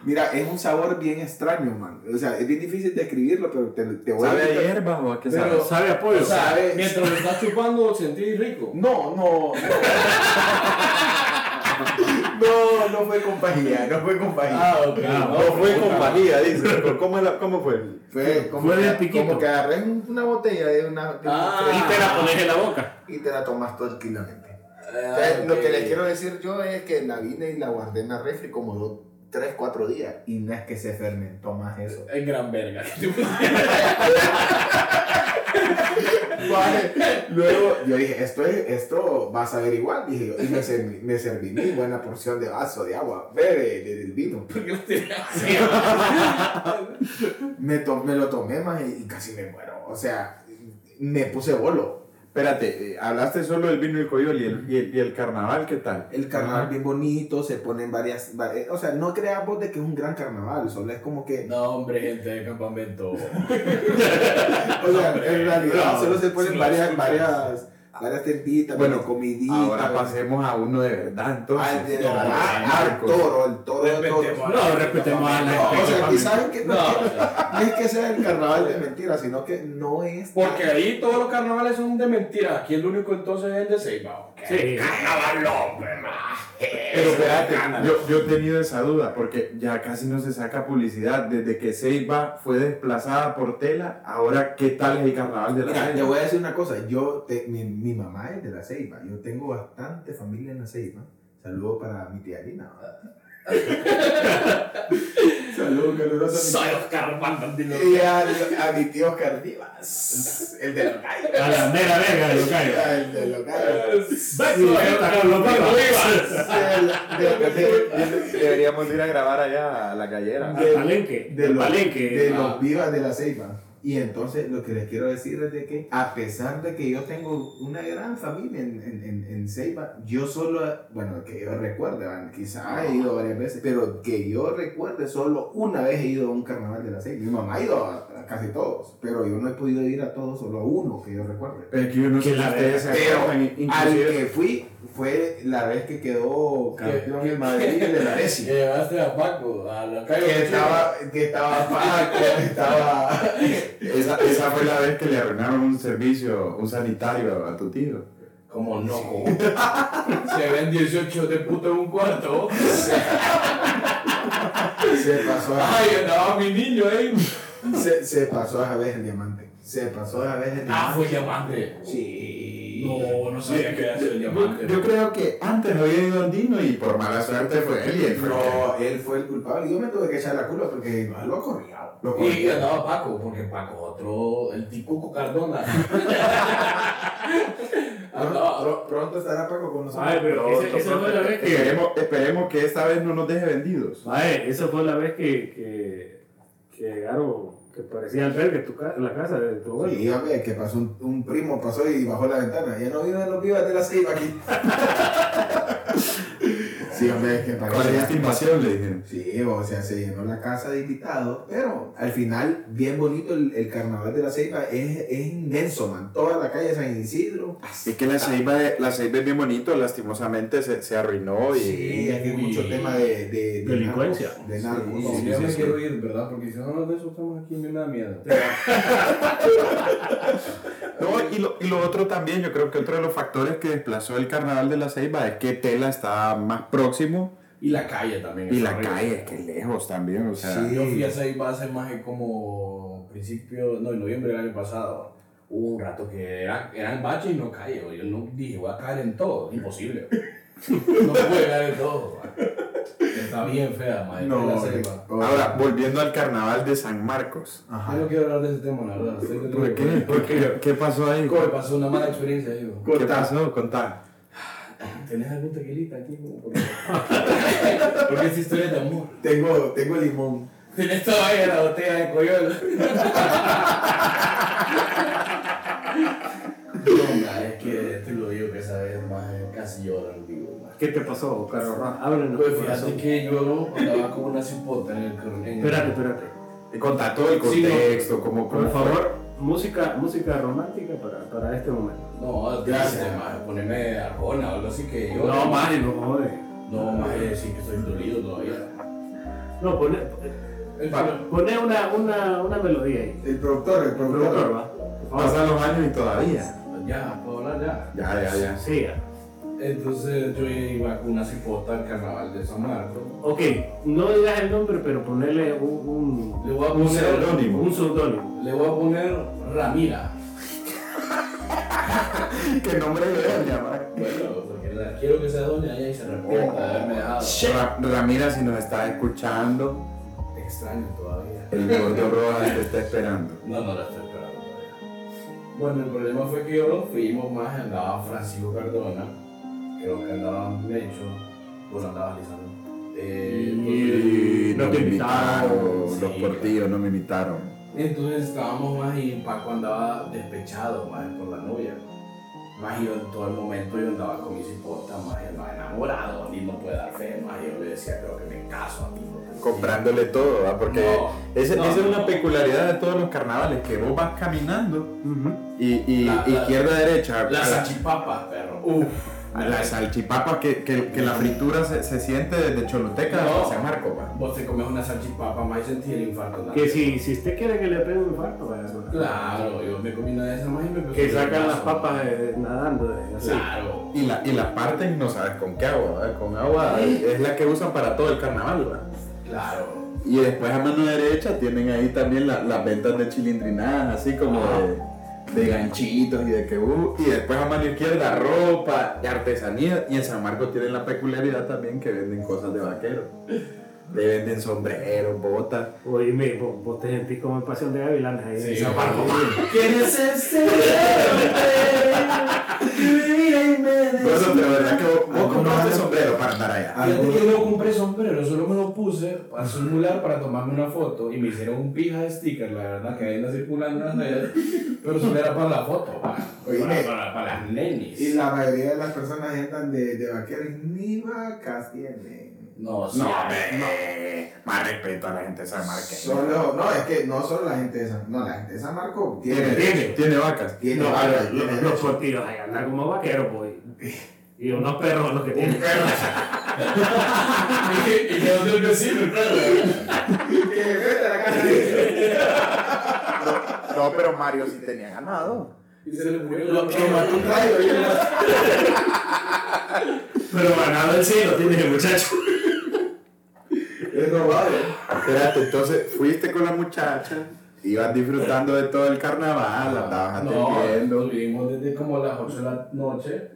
[SPEAKER 2] Mira, es un sabor bien extraño, man. O sea, es bien difícil describirlo, pero te, te voy
[SPEAKER 3] ¿Sabe a
[SPEAKER 2] decir-
[SPEAKER 3] hierba o a qué
[SPEAKER 4] Pero-
[SPEAKER 3] sabe?
[SPEAKER 1] ¿Sabe a pollo?
[SPEAKER 4] O sea,
[SPEAKER 2] ¿Sabes?
[SPEAKER 4] mientras lo estás chupando, sentí rico.
[SPEAKER 2] No, no. (laughs) No, no fue compañía, no fue compañía.
[SPEAKER 4] ok.
[SPEAKER 1] Ah,
[SPEAKER 4] No, puta.
[SPEAKER 3] dice. pero ¿Cómo, la- cómo fue?
[SPEAKER 2] Fue como,
[SPEAKER 1] Fue de
[SPEAKER 2] que,
[SPEAKER 1] piquito.
[SPEAKER 2] como que agarré una botella de una. de un
[SPEAKER 4] Ah.
[SPEAKER 1] Y
[SPEAKER 2] refresco
[SPEAKER 1] te la pones en la boca.
[SPEAKER 2] y te la tomas tranquilamente.
[SPEAKER 4] Ah,
[SPEAKER 2] O sea, Lo
[SPEAKER 4] ok.
[SPEAKER 2] que les quiero decir yo es que la vine y la guardé en la refri como dos, tres, cuatro días. Y no es que se fermentó más eso.
[SPEAKER 4] (laughs) Es gran verga.
[SPEAKER 2] Vale. Luego yo dije, esto, es, esto vas a ver igual, dije yo. Y me serví, me serví mi buena porción de vaso de agua, bebe de- del vino.
[SPEAKER 4] ¿Por qué lo tiras así?
[SPEAKER 2] Me, to- me lo tomé más y, y casi me muero. O sea, me puse bolo.
[SPEAKER 3] Espérate, eh, hablaste solo del vino y el coyol y el, y el, y el carnaval, ¿qué tal?
[SPEAKER 2] El carnaval bien bonito, se ponen varias, va- eh, O sea, no creas vos de que es un gran carnaval, solo es como que...
[SPEAKER 4] No, hombre, gente de campamento.
[SPEAKER 2] O sea, en realidad
[SPEAKER 1] no,
[SPEAKER 2] solo se
[SPEAKER 4] sí
[SPEAKER 2] ponen
[SPEAKER 4] lo
[SPEAKER 2] varias,
[SPEAKER 4] escucho.
[SPEAKER 2] varias, varias tentitas,
[SPEAKER 3] Bueno,
[SPEAKER 2] bueno, comidita.
[SPEAKER 3] Ahora
[SPEAKER 2] ¿verdad?
[SPEAKER 3] pasemos a uno de verdad, entonces.
[SPEAKER 2] Al, de
[SPEAKER 4] No,
[SPEAKER 2] verdad,
[SPEAKER 3] San
[SPEAKER 2] al
[SPEAKER 3] Marcos.
[SPEAKER 2] toro, el toro de toros.
[SPEAKER 4] Respetemos a la
[SPEAKER 1] No,
[SPEAKER 4] gente
[SPEAKER 1] respetemos a
[SPEAKER 4] de
[SPEAKER 1] la
[SPEAKER 2] No, o
[SPEAKER 1] gente.
[SPEAKER 2] sea, y saben que no,
[SPEAKER 4] campamento.
[SPEAKER 2] no
[SPEAKER 4] No,
[SPEAKER 2] es que sea el carnaval de mentiras, sino que no es.
[SPEAKER 4] porque ahí todos los carnavales son de mentira. Aquí el único entonces es el de Seiba.
[SPEAKER 1] Sí.
[SPEAKER 4] Carnaval hombre, ma.
[SPEAKER 3] Pero espérate, yo, yo he tenido esa duda porque ya casi no se saca publicidad. Desde que Seiba fue desplazada por Tela, ahora ¿qué tal es el carnaval de la
[SPEAKER 2] Mira,
[SPEAKER 3] calle?
[SPEAKER 2] te voy a decir una cosa. Yo, te- mi, mi mamá es de la Ceiba. Yo tengo bastante familia en la Ceiba. Saludo para mi tía Lina. Saludos calurosos.
[SPEAKER 6] Soy Oscar Bandandino.
[SPEAKER 2] Y a, a mi tío Oscar Vivas, el de los gallos.
[SPEAKER 1] A la mera verga de lo
[SPEAKER 2] Ah, El de los gallos.
[SPEAKER 1] Soy Oscar Bandandino.
[SPEAKER 2] El- de- de- de-
[SPEAKER 3] Deberíamos ir a grabar allá a la gallera.
[SPEAKER 1] Al (laughs) palenque.
[SPEAKER 2] de
[SPEAKER 1] al
[SPEAKER 2] los,
[SPEAKER 1] palenque.
[SPEAKER 2] de los vivas de la ceiba. Y entonces lo que les quiero decir es de que a pesar de que yo tengo una gran familia en, en, en, en Ceiba, yo solo, bueno, que yo recuerde, van, quizá he ido varias veces, pero que yo recuerde, solo una vez he ido a un carnaval de la Ceiba. Mi mamá ha ido a, a casi todos, pero yo no he podido ir a todos, solo a uno que yo recuerde.
[SPEAKER 3] Pero es que yo no sé
[SPEAKER 1] Que
[SPEAKER 3] si
[SPEAKER 1] la
[SPEAKER 3] ustedes se
[SPEAKER 2] Pero
[SPEAKER 3] acuerdan,
[SPEAKER 2] Al
[SPEAKER 3] inclusive-
[SPEAKER 2] que fui fue la vez que quedó campeón en Madrid de la Resi. (laughs)
[SPEAKER 4] Que llevaste a Paco, a la calle.
[SPEAKER 2] que estaba, que estaba Paco, que estaba...
[SPEAKER 3] Esa, esa fue la vez que le arruinaron un servicio, un sanitario a tu tío.
[SPEAKER 6] Como no, como.
[SPEAKER 4] (laughs) Se ven 18 de puto en un cuarto.
[SPEAKER 2] Se pasó, a,
[SPEAKER 4] Ay, andaba mi niño ahí.
[SPEAKER 2] se, se pasó a Javés el diamante. Se pasó a Javés el
[SPEAKER 6] Ah,
[SPEAKER 2] diamante.
[SPEAKER 6] fue diamante.
[SPEAKER 2] Sí.
[SPEAKER 6] No, no sabía que era el diamante.
[SPEAKER 3] Yo creo que antes no había ido Andino y por mala suerte fue él y él fue
[SPEAKER 2] No, él fue el culpable. Yo me tuve que echar la culpa porque no, lo corría. Lo
[SPEAKER 6] Y
[SPEAKER 2] corría.
[SPEAKER 6] andaba Paco, porque Paco, otro, el ticuco
[SPEAKER 4] (laughs)
[SPEAKER 6] Cardona.
[SPEAKER 2] Pronto,
[SPEAKER 6] andaba,
[SPEAKER 2] pro- pronto estará Paco con nosotros.
[SPEAKER 1] Ay, pero esa, esa fue la vez que.
[SPEAKER 3] Esperemos, esperemos que esta vez no nos deje vendidos.
[SPEAKER 1] Mae, esa fue la vez que. que, que llegaron. Que parecía albergue tu ca- la casa de tu abuelo.
[SPEAKER 2] Y hombre, que pasó un, un primo, pasó y bajó la ventana. Ya no viven los vivas de la ceiba aquí. (laughs) sí, hombre, es que parecía...
[SPEAKER 3] invasión? Le dijeron.
[SPEAKER 2] Sí, o sea, se llenó la casa de invitados, pero al final, bien bonito el, el carnaval de la Ceiba, es, es inmenso, man. Toda la calle de San Isidro.
[SPEAKER 3] Es que la ceiba, la ceiba es bien bonito, lastimosamente se, se arruinó y...
[SPEAKER 2] Sí, aquí hay mucho
[SPEAKER 6] uy.
[SPEAKER 2] tema de, de, de
[SPEAKER 1] Delincuencia.
[SPEAKER 2] narcos, de narcos.
[SPEAKER 4] Sí,
[SPEAKER 3] sí,
[SPEAKER 4] ya
[SPEAKER 3] sí,
[SPEAKER 4] pues, me
[SPEAKER 3] sí.
[SPEAKER 4] quiero ir, ¿verdad? Porque si no hablamos de eso, estamos aquí en una mierda.
[SPEAKER 3] No, y lo, y lo otro también, yo creo que otro de los factores que desplazó el carnaval de la ceiba es que Tela está más próximo
[SPEAKER 6] y la calle también.
[SPEAKER 3] y la
[SPEAKER 6] horrible.
[SPEAKER 3] calle, que lejos también, o sea...
[SPEAKER 2] Sí.
[SPEAKER 4] Yo fui a Seiba hace más de como principio, no, en noviembre del año pasado.
[SPEAKER 6] Hubo un rato que era- eran baches y no calle. Yo no dije, voy a caer en todo. Imposible.
[SPEAKER 4] No puede caer en todo. man. Está bien fea, madre.
[SPEAKER 2] No,
[SPEAKER 4] la Ceiba.
[SPEAKER 2] oh,
[SPEAKER 3] Ahora, volviendo al carnaval de San Marcos. ah,
[SPEAKER 2] ajá.
[SPEAKER 4] Yo no quiero hablar de ese tema, la verdad. Estoy
[SPEAKER 3] ¿Por qué? ¿Por qué? ¿Qué pasó ahí?
[SPEAKER 4] Me pasó una mala experiencia ahí. bro.
[SPEAKER 3] ¿Qué pasó? Contá.
[SPEAKER 4] ¿Tenés algún tequilita aquí? bro? Porque porque es historia de amor.
[SPEAKER 2] Tengo, tengo limón.
[SPEAKER 4] Tenés todavía la botella de coyol. No, man, es que te lo digo que esa vez más eh, casi lloran, digo, man.
[SPEAKER 1] ¿Qué te pasó, Carlos? Ábrenos.
[SPEAKER 4] Pues
[SPEAKER 1] tu
[SPEAKER 4] fíjate
[SPEAKER 1] corazón.
[SPEAKER 4] que yo andaba como una cipota en el cor- en el-
[SPEAKER 1] Espérate, espérate.
[SPEAKER 3] Contá todo el
[SPEAKER 4] Sí, no.
[SPEAKER 3] contexto, como
[SPEAKER 1] Por favor, música, música romántica para, para este momento.
[SPEAKER 4] No, gracias, más poneme arjona o algo así que yo.
[SPEAKER 1] madre, no joder.
[SPEAKER 4] No, más decir que estoy dolido todavía.
[SPEAKER 1] No, pone,
[SPEAKER 4] El
[SPEAKER 1] pone una, una, una melodía ahí.
[SPEAKER 2] El productor, el productor.
[SPEAKER 1] Productor, va. Por favor.
[SPEAKER 3] Pasan los años y
[SPEAKER 4] (laughs)
[SPEAKER 3] todavía.
[SPEAKER 4] Ya, puedo hablar ya.
[SPEAKER 3] Ya, ya, ya.
[SPEAKER 1] Siga.
[SPEAKER 4] Entonces yo iba con una cipota al carnaval de San Marcos.
[SPEAKER 1] Ok, no digas el nombre, pero ponele un, un,
[SPEAKER 4] Le voy a
[SPEAKER 1] un
[SPEAKER 4] poner.
[SPEAKER 3] seudónimo.
[SPEAKER 1] Un seudónimo.
[SPEAKER 4] Le voy a poner Ramira.
[SPEAKER 3] ¿Qué nombre le llamar?
[SPEAKER 4] Bueno, porque la- quiero que sea doña ella y se
[SPEAKER 3] Oh,
[SPEAKER 4] arrepienta de haberme dejado.
[SPEAKER 3] Ramira, si nos está escuchando,
[SPEAKER 4] Te extraño todavía.
[SPEAKER 3] el gordo Rojas te está esperando.
[SPEAKER 4] No, no la estoy esperando todavía. Bueno, el problema fue que yo nos fuimos más, andaba Francisco Cardona, creo que andaba Mecho, bueno, andaba Lisandro. Eh,
[SPEAKER 1] Y-
[SPEAKER 4] entonces-
[SPEAKER 1] No te invitaron,
[SPEAKER 3] los
[SPEAKER 4] sí.
[SPEAKER 3] portillos no me invitaron.
[SPEAKER 4] Entonces estábamos más y Paco andaba despechado más por la novia. Más yo en todo el momento yo andaba con mi cipota, más yo andaba enamorado, ni no puede dar fe, más yo le decía creo que me caso a ti.
[SPEAKER 3] Comprándole todo, ¿va? Porque
[SPEAKER 4] No,
[SPEAKER 3] esa,
[SPEAKER 4] no,
[SPEAKER 3] esa es
[SPEAKER 4] no.
[SPEAKER 3] una peculiaridad de todos los carnavales, que vos vas caminando
[SPEAKER 1] Ujú.
[SPEAKER 3] y, y-
[SPEAKER 4] La- la-
[SPEAKER 3] izquierda, derecha.
[SPEAKER 4] La
[SPEAKER 3] a la-
[SPEAKER 4] salchipapa, perro.
[SPEAKER 3] A La salchipapa, que, que, que la fritura se, se siente desde Choluteca
[SPEAKER 4] No.
[SPEAKER 3] hasta San Marcos, va.
[SPEAKER 4] Vos te comes una salchipapa, más y sentí el infarto. ¿no?
[SPEAKER 1] Que si, si usted quiere que le pegue un infarto, vaya a sonar.
[SPEAKER 4] Claro, yo me comí una de esas más y me empezó
[SPEAKER 1] Que
[SPEAKER 4] a doler el
[SPEAKER 1] sacan las
[SPEAKER 4] brazo.
[SPEAKER 1] papas eh, nadando. eh, así.
[SPEAKER 4] Claro.
[SPEAKER 3] Y, la, y las partes no sabes con qué agua, ¿verdad? Con agua es la que usan para todo el carnaval, ¿verdad?
[SPEAKER 4] Claro.
[SPEAKER 3] Y después a mano derecha tienen ahí también la- las ventas de chilindrinadas, así como de, de ganchitos y de que uh, Y después a mano izquierda ropa, artesanía. Y en San Marcos tienen la peculiaridad también que venden cosas de vaquero. Te venden sombreros, botas.
[SPEAKER 1] Oye, me, vos, vos te sentís como en Pasión de Gavilanes ahí.
[SPEAKER 4] Sí,
[SPEAKER 1] San Marcos.
[SPEAKER 4] ¿Quién es ese hombre que me mira y me
[SPEAKER 3] Por eso,
[SPEAKER 4] desea?
[SPEAKER 3] pero verdad que vos, vos
[SPEAKER 2] Ah, no,
[SPEAKER 3] compraste
[SPEAKER 2] no.
[SPEAKER 3] sombrero para andar allá.
[SPEAKER 4] Fíjate que no compré sombrero, solo me lo puse para simular para tomarme una foto y me hicieron un pija de sticker, la verdad, que anda circulando en las redes, pero solo era para la foto, pa,
[SPEAKER 2] Oye,
[SPEAKER 4] para, para, para las nenis.
[SPEAKER 2] Y la mayoría de las personas andan de, de vaqueros y ni vacas tienen.
[SPEAKER 4] No, o sea,
[SPEAKER 3] No,
[SPEAKER 4] (laughs)
[SPEAKER 3] hombre, más respeto a la gente de San Marcos.
[SPEAKER 2] Solo, no, es que no solo la gente de San no, la gente de San Marco
[SPEAKER 3] Tiene,
[SPEAKER 2] tiene.
[SPEAKER 3] tiene, tiene vacas.
[SPEAKER 2] tiene
[SPEAKER 1] No,
[SPEAKER 2] vacas,
[SPEAKER 1] los-
[SPEAKER 2] tiene
[SPEAKER 1] los, los cortillos ahí andan como vaqueros, pues. Y unos perros los que tienen.
[SPEAKER 7] Y quedó del vecino, el perro.
[SPEAKER 2] (laughs)
[SPEAKER 3] No, pero Mario sí tenía ganado.
[SPEAKER 7] Y se le murió
[SPEAKER 4] Lo-
[SPEAKER 7] la
[SPEAKER 4] lo mató un
[SPEAKER 7] rayo.
[SPEAKER 1] Pero ganado el cielo tiene el
[SPEAKER 4] (laughs)
[SPEAKER 1] muchacho.
[SPEAKER 2] Es robado.
[SPEAKER 3] Espérate, entonces fuiste con la muchacha, ibas disfrutando de todo el
[SPEAKER 4] Ah,
[SPEAKER 3] carnaval, la andabas
[SPEAKER 4] No,
[SPEAKER 3] atendiendo.
[SPEAKER 4] estuvimos desde como las 8 de la noche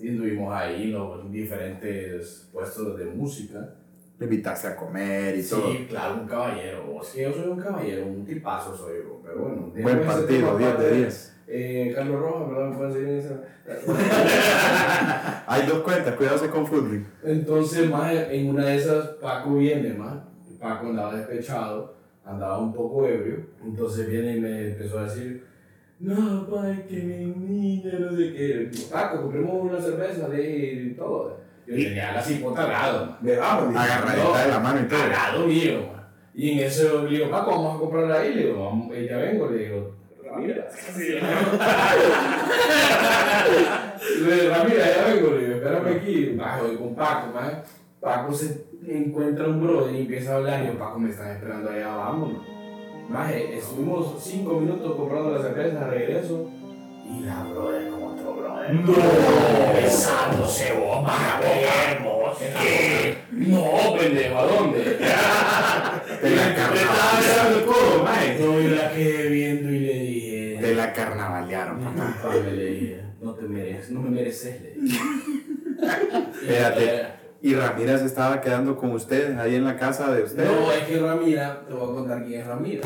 [SPEAKER 4] y estuvimos ahí los diferentes puestos de música.
[SPEAKER 3] Te invitaste a comer y todo.
[SPEAKER 4] Sí, claro, un caballero. vos que yo soy un caballero, un tipazo soy yo, pero bueno. pues,
[SPEAKER 3] Buen partido, 10 de 10.
[SPEAKER 4] Eh, Carlos Rojas, ¿verdad? Me pueden seguir en esa.
[SPEAKER 3] Hay dos cuentas, cuidado se confunden.
[SPEAKER 4] Entonces, más en una de esas, Paco viene, más. Paco andaba despechado, andaba un poco ebrio. Entonces viene y me empezó a decir, no, pa, es que mi niña, no sé qué. Paco, compremos una cerveza de y todo. Yo tenía la cipota al lado, ma.
[SPEAKER 2] Bebamos,
[SPEAKER 3] Agarradita de la mano y todo.
[SPEAKER 4] al lado "Ah, mío, ma. Y en eso le digo, Paco, vamos a comprar ahí. Le digo, "Vamos, eh, ya vengo, le digo. Ramírez. (laughs) Le digo, Ramírez, ya vengo, le digo, espérame aquí. Bajo y con Paco, ma. Paco se encuentra un brother y empieza a hablar y yo, Paco, me están esperando allá, vámonos. Maje, eh, estuvimos cinco minutos comprando la cerveza, regreso. Y la brother con otro brother.
[SPEAKER 1] No.
[SPEAKER 4] Besándose vos, maje, vos. ¿Qué?
[SPEAKER 7] No, pendejo, ¿a dónde?
[SPEAKER 3] Te la, carnaval-
[SPEAKER 7] el codo, mae.
[SPEAKER 4] No, yo la quedé viendo y le dije...
[SPEAKER 3] te la carnavalearon, papá.
[SPEAKER 4] Disculpame, le dije. No te mereces, no me mereces, le dije.
[SPEAKER 3] Espérate. Y Ramírez estaba quedando con ustedes ahí en la casa de ustedes.
[SPEAKER 4] No, es que Ramira, te voy a contar quién es Ramira.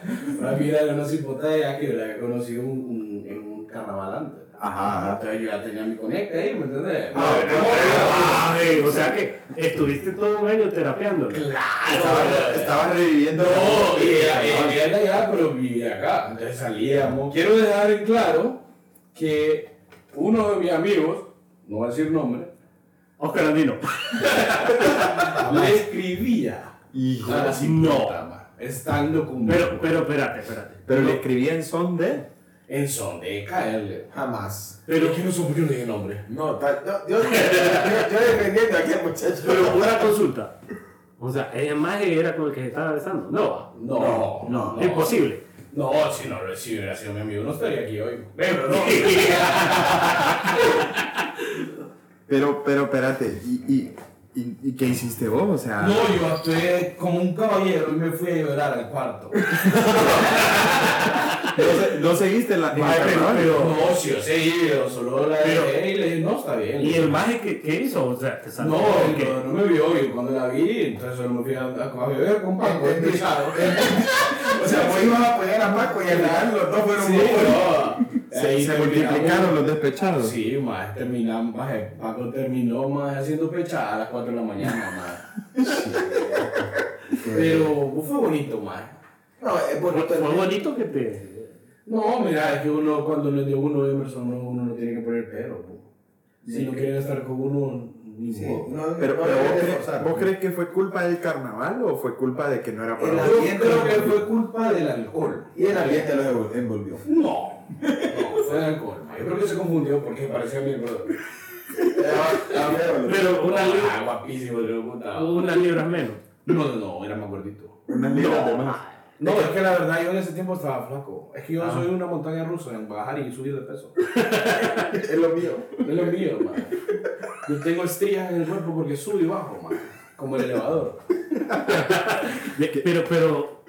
[SPEAKER 4] (laughs) Ramira era una cipotalla que la había conocido un, un- en un carnaval antes.
[SPEAKER 3] Ajá, ajá.
[SPEAKER 4] Entonces yo ya tenía mi conecta ahí, ¿me entendés?
[SPEAKER 3] Ah,
[SPEAKER 1] Ay, o sea que estuviste todo un año terapeando.
[SPEAKER 3] Estaba,
[SPEAKER 4] Claro.
[SPEAKER 3] estaba reviviendo.
[SPEAKER 4] No, y era, eh, y era allá, pero vivía acá. Entonces salíamos. Quiero dejar en claro que uno de mis amigos, no voy a decir nombre,
[SPEAKER 1] Oscar Andino.
[SPEAKER 4] le escribía
[SPEAKER 3] Hijo.
[SPEAKER 4] a la cipota, ma, estando con
[SPEAKER 1] Pero, pero espérate, espérate.
[SPEAKER 3] Pero le escribía en son de.
[SPEAKER 4] en son de caerle.
[SPEAKER 2] Jamás.
[SPEAKER 4] Pero que no supo yo no dije nombre.
[SPEAKER 2] No, tal- no, yo, yo, yo defendiendo aquí al muchacho.
[SPEAKER 1] Pero una consulta. O sea, ella más era con el que se estaba besando. No,
[SPEAKER 4] No, no, no.
[SPEAKER 1] imposible.
[SPEAKER 4] No, si no si hubiera sido mi amigo, no estaría aquí hoy. Pero no. (laughs)
[SPEAKER 3] Pero, pero, espérate. ¿Y, y, y, y qué hiciste vos? O sea.
[SPEAKER 4] No, yo actué como un caballero y me fui a llorar al cuarto.
[SPEAKER 3] No, se- no seguiste en la. en el
[SPEAKER 1] Madre,
[SPEAKER 3] carnaval.
[SPEAKER 4] No, si yo seguí, yo solo la dejé y le dije, no, está bien.
[SPEAKER 1] ¿Y el maje qué, qué hizo? O sea, te
[SPEAKER 4] No,
[SPEAKER 1] salió. ¿Qué?
[SPEAKER 4] no, no me vio, yo cuando la vi, entonces solo me fui a, a, a beber con Paco, empezado.
[SPEAKER 2] O sea, vos ibas a apoyar a Paco y al final los dos fueron
[SPEAKER 4] Sí,
[SPEAKER 2] muy buenos.
[SPEAKER 4] no.
[SPEAKER 3] Se,
[SPEAKER 4] Ahí
[SPEAKER 3] se
[SPEAKER 4] terminamos.
[SPEAKER 3] multiplicaron los despechados.
[SPEAKER 4] Sí, más terminamos, más eh, Paco terminó más haciendo pechada a las 4 de la mañana, más. (laughs) Pero pues, fue bonito, más.
[SPEAKER 2] No, es
[SPEAKER 1] Fue,
[SPEAKER 2] bonito.
[SPEAKER 1] fue bonito que te.
[SPEAKER 4] No, mira, es que uno cuando no es de uno, Emerson, no- uno no tiene que poner pero. po. Si no quieren estar con uno, ni
[SPEAKER 2] Sí,
[SPEAKER 4] modo.
[SPEAKER 2] no,
[SPEAKER 3] Pero,
[SPEAKER 2] no
[SPEAKER 3] pero
[SPEAKER 2] debes
[SPEAKER 3] vos, crees,
[SPEAKER 2] forzar.
[SPEAKER 3] vos crees que fue culpa del carnaval o fue culpa de que no era para
[SPEAKER 2] El
[SPEAKER 3] vos?
[SPEAKER 4] Yo creo que fue culpa del alcohol.
[SPEAKER 2] Y el ambiente los envol- envolvió.
[SPEAKER 4] No, no, fue del alcohol. ma. Yo creo que se confundió porque parecía mi brother.
[SPEAKER 2] Estaba- estaba feo.
[SPEAKER 1] Pero una, libra-
[SPEAKER 4] Ah, guapísimo, le lo contaba.
[SPEAKER 1] unas libras menos.
[SPEAKER 4] No, ah, no, no, era más gordito.
[SPEAKER 3] Unas libras de más.
[SPEAKER 4] No, es que la verdad yo en ese tiempo estaba flaco. Es que yo soy una montaña rusa en bajar y subir de peso.
[SPEAKER 2] Es lo mío.
[SPEAKER 4] Es lo mío, man. Yo tengo estrías en el cuerpo porque subo y bajo, man. Como el elevador.
[SPEAKER 1] Pero, pero,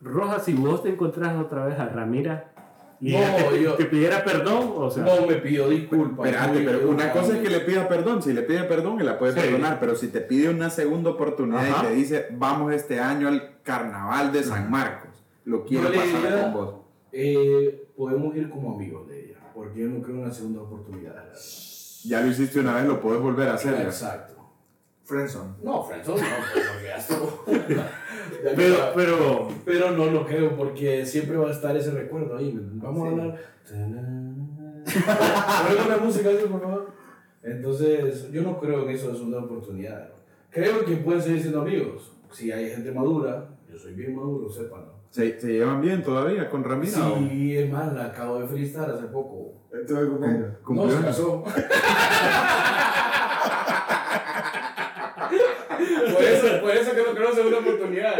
[SPEAKER 1] Rojas, si vos te encontrás otra vez a Ramira y
[SPEAKER 4] No,
[SPEAKER 1] ella te,
[SPEAKER 4] yo-
[SPEAKER 1] te pidiera perdón, o sea,
[SPEAKER 4] No me pido disculpas.
[SPEAKER 3] Espérate,
[SPEAKER 4] muy
[SPEAKER 3] pero una
[SPEAKER 4] educado.
[SPEAKER 3] cosa es que le pida perdón. Si le pide perdón, y la puede
[SPEAKER 1] Sí.
[SPEAKER 3] perdonar. Pero si te pide una segunda oportunidad
[SPEAKER 1] Ajá.
[SPEAKER 3] y te dice, vamos este año al carnaval de San Marcos, lo quiero
[SPEAKER 4] Yo le
[SPEAKER 3] pasar
[SPEAKER 4] diría-
[SPEAKER 3] con vos.
[SPEAKER 4] Eh, podemos ir como amigos de ella, porque yo no creo en una segunda oportunidad. la verdad.
[SPEAKER 3] Ya lo hiciste una vez, lo puedes volver a hacer. ya.
[SPEAKER 4] Exacto.
[SPEAKER 2] Friendzone.
[SPEAKER 4] No, Friendzone no, pues, porque
[SPEAKER 3] (laughs)
[SPEAKER 4] ya estuvo. Ya
[SPEAKER 1] pero,
[SPEAKER 4] queda-
[SPEAKER 1] pero,
[SPEAKER 4] Pero no lo creo, porque siempre va a estar ese recuerdo ahí. Vamos
[SPEAKER 2] Sí.
[SPEAKER 4] a hablar. Ponle una música así, por favor. Entonces, yo no creo en eso de segunda oportunidad. Creo que pueden seguir siendo amigos. Si hay gente madura, yo soy bien maduro, sépanlo.
[SPEAKER 3] ¿Se, se llevan bien todavía con Ramiro?
[SPEAKER 4] Sí, es más, la acabo de freestar hace poco.
[SPEAKER 2] Entonces, cumpleaños.
[SPEAKER 4] No se (laughs) casó.
[SPEAKER 8] Por eso, por eso que no creo en segunda oportunidad.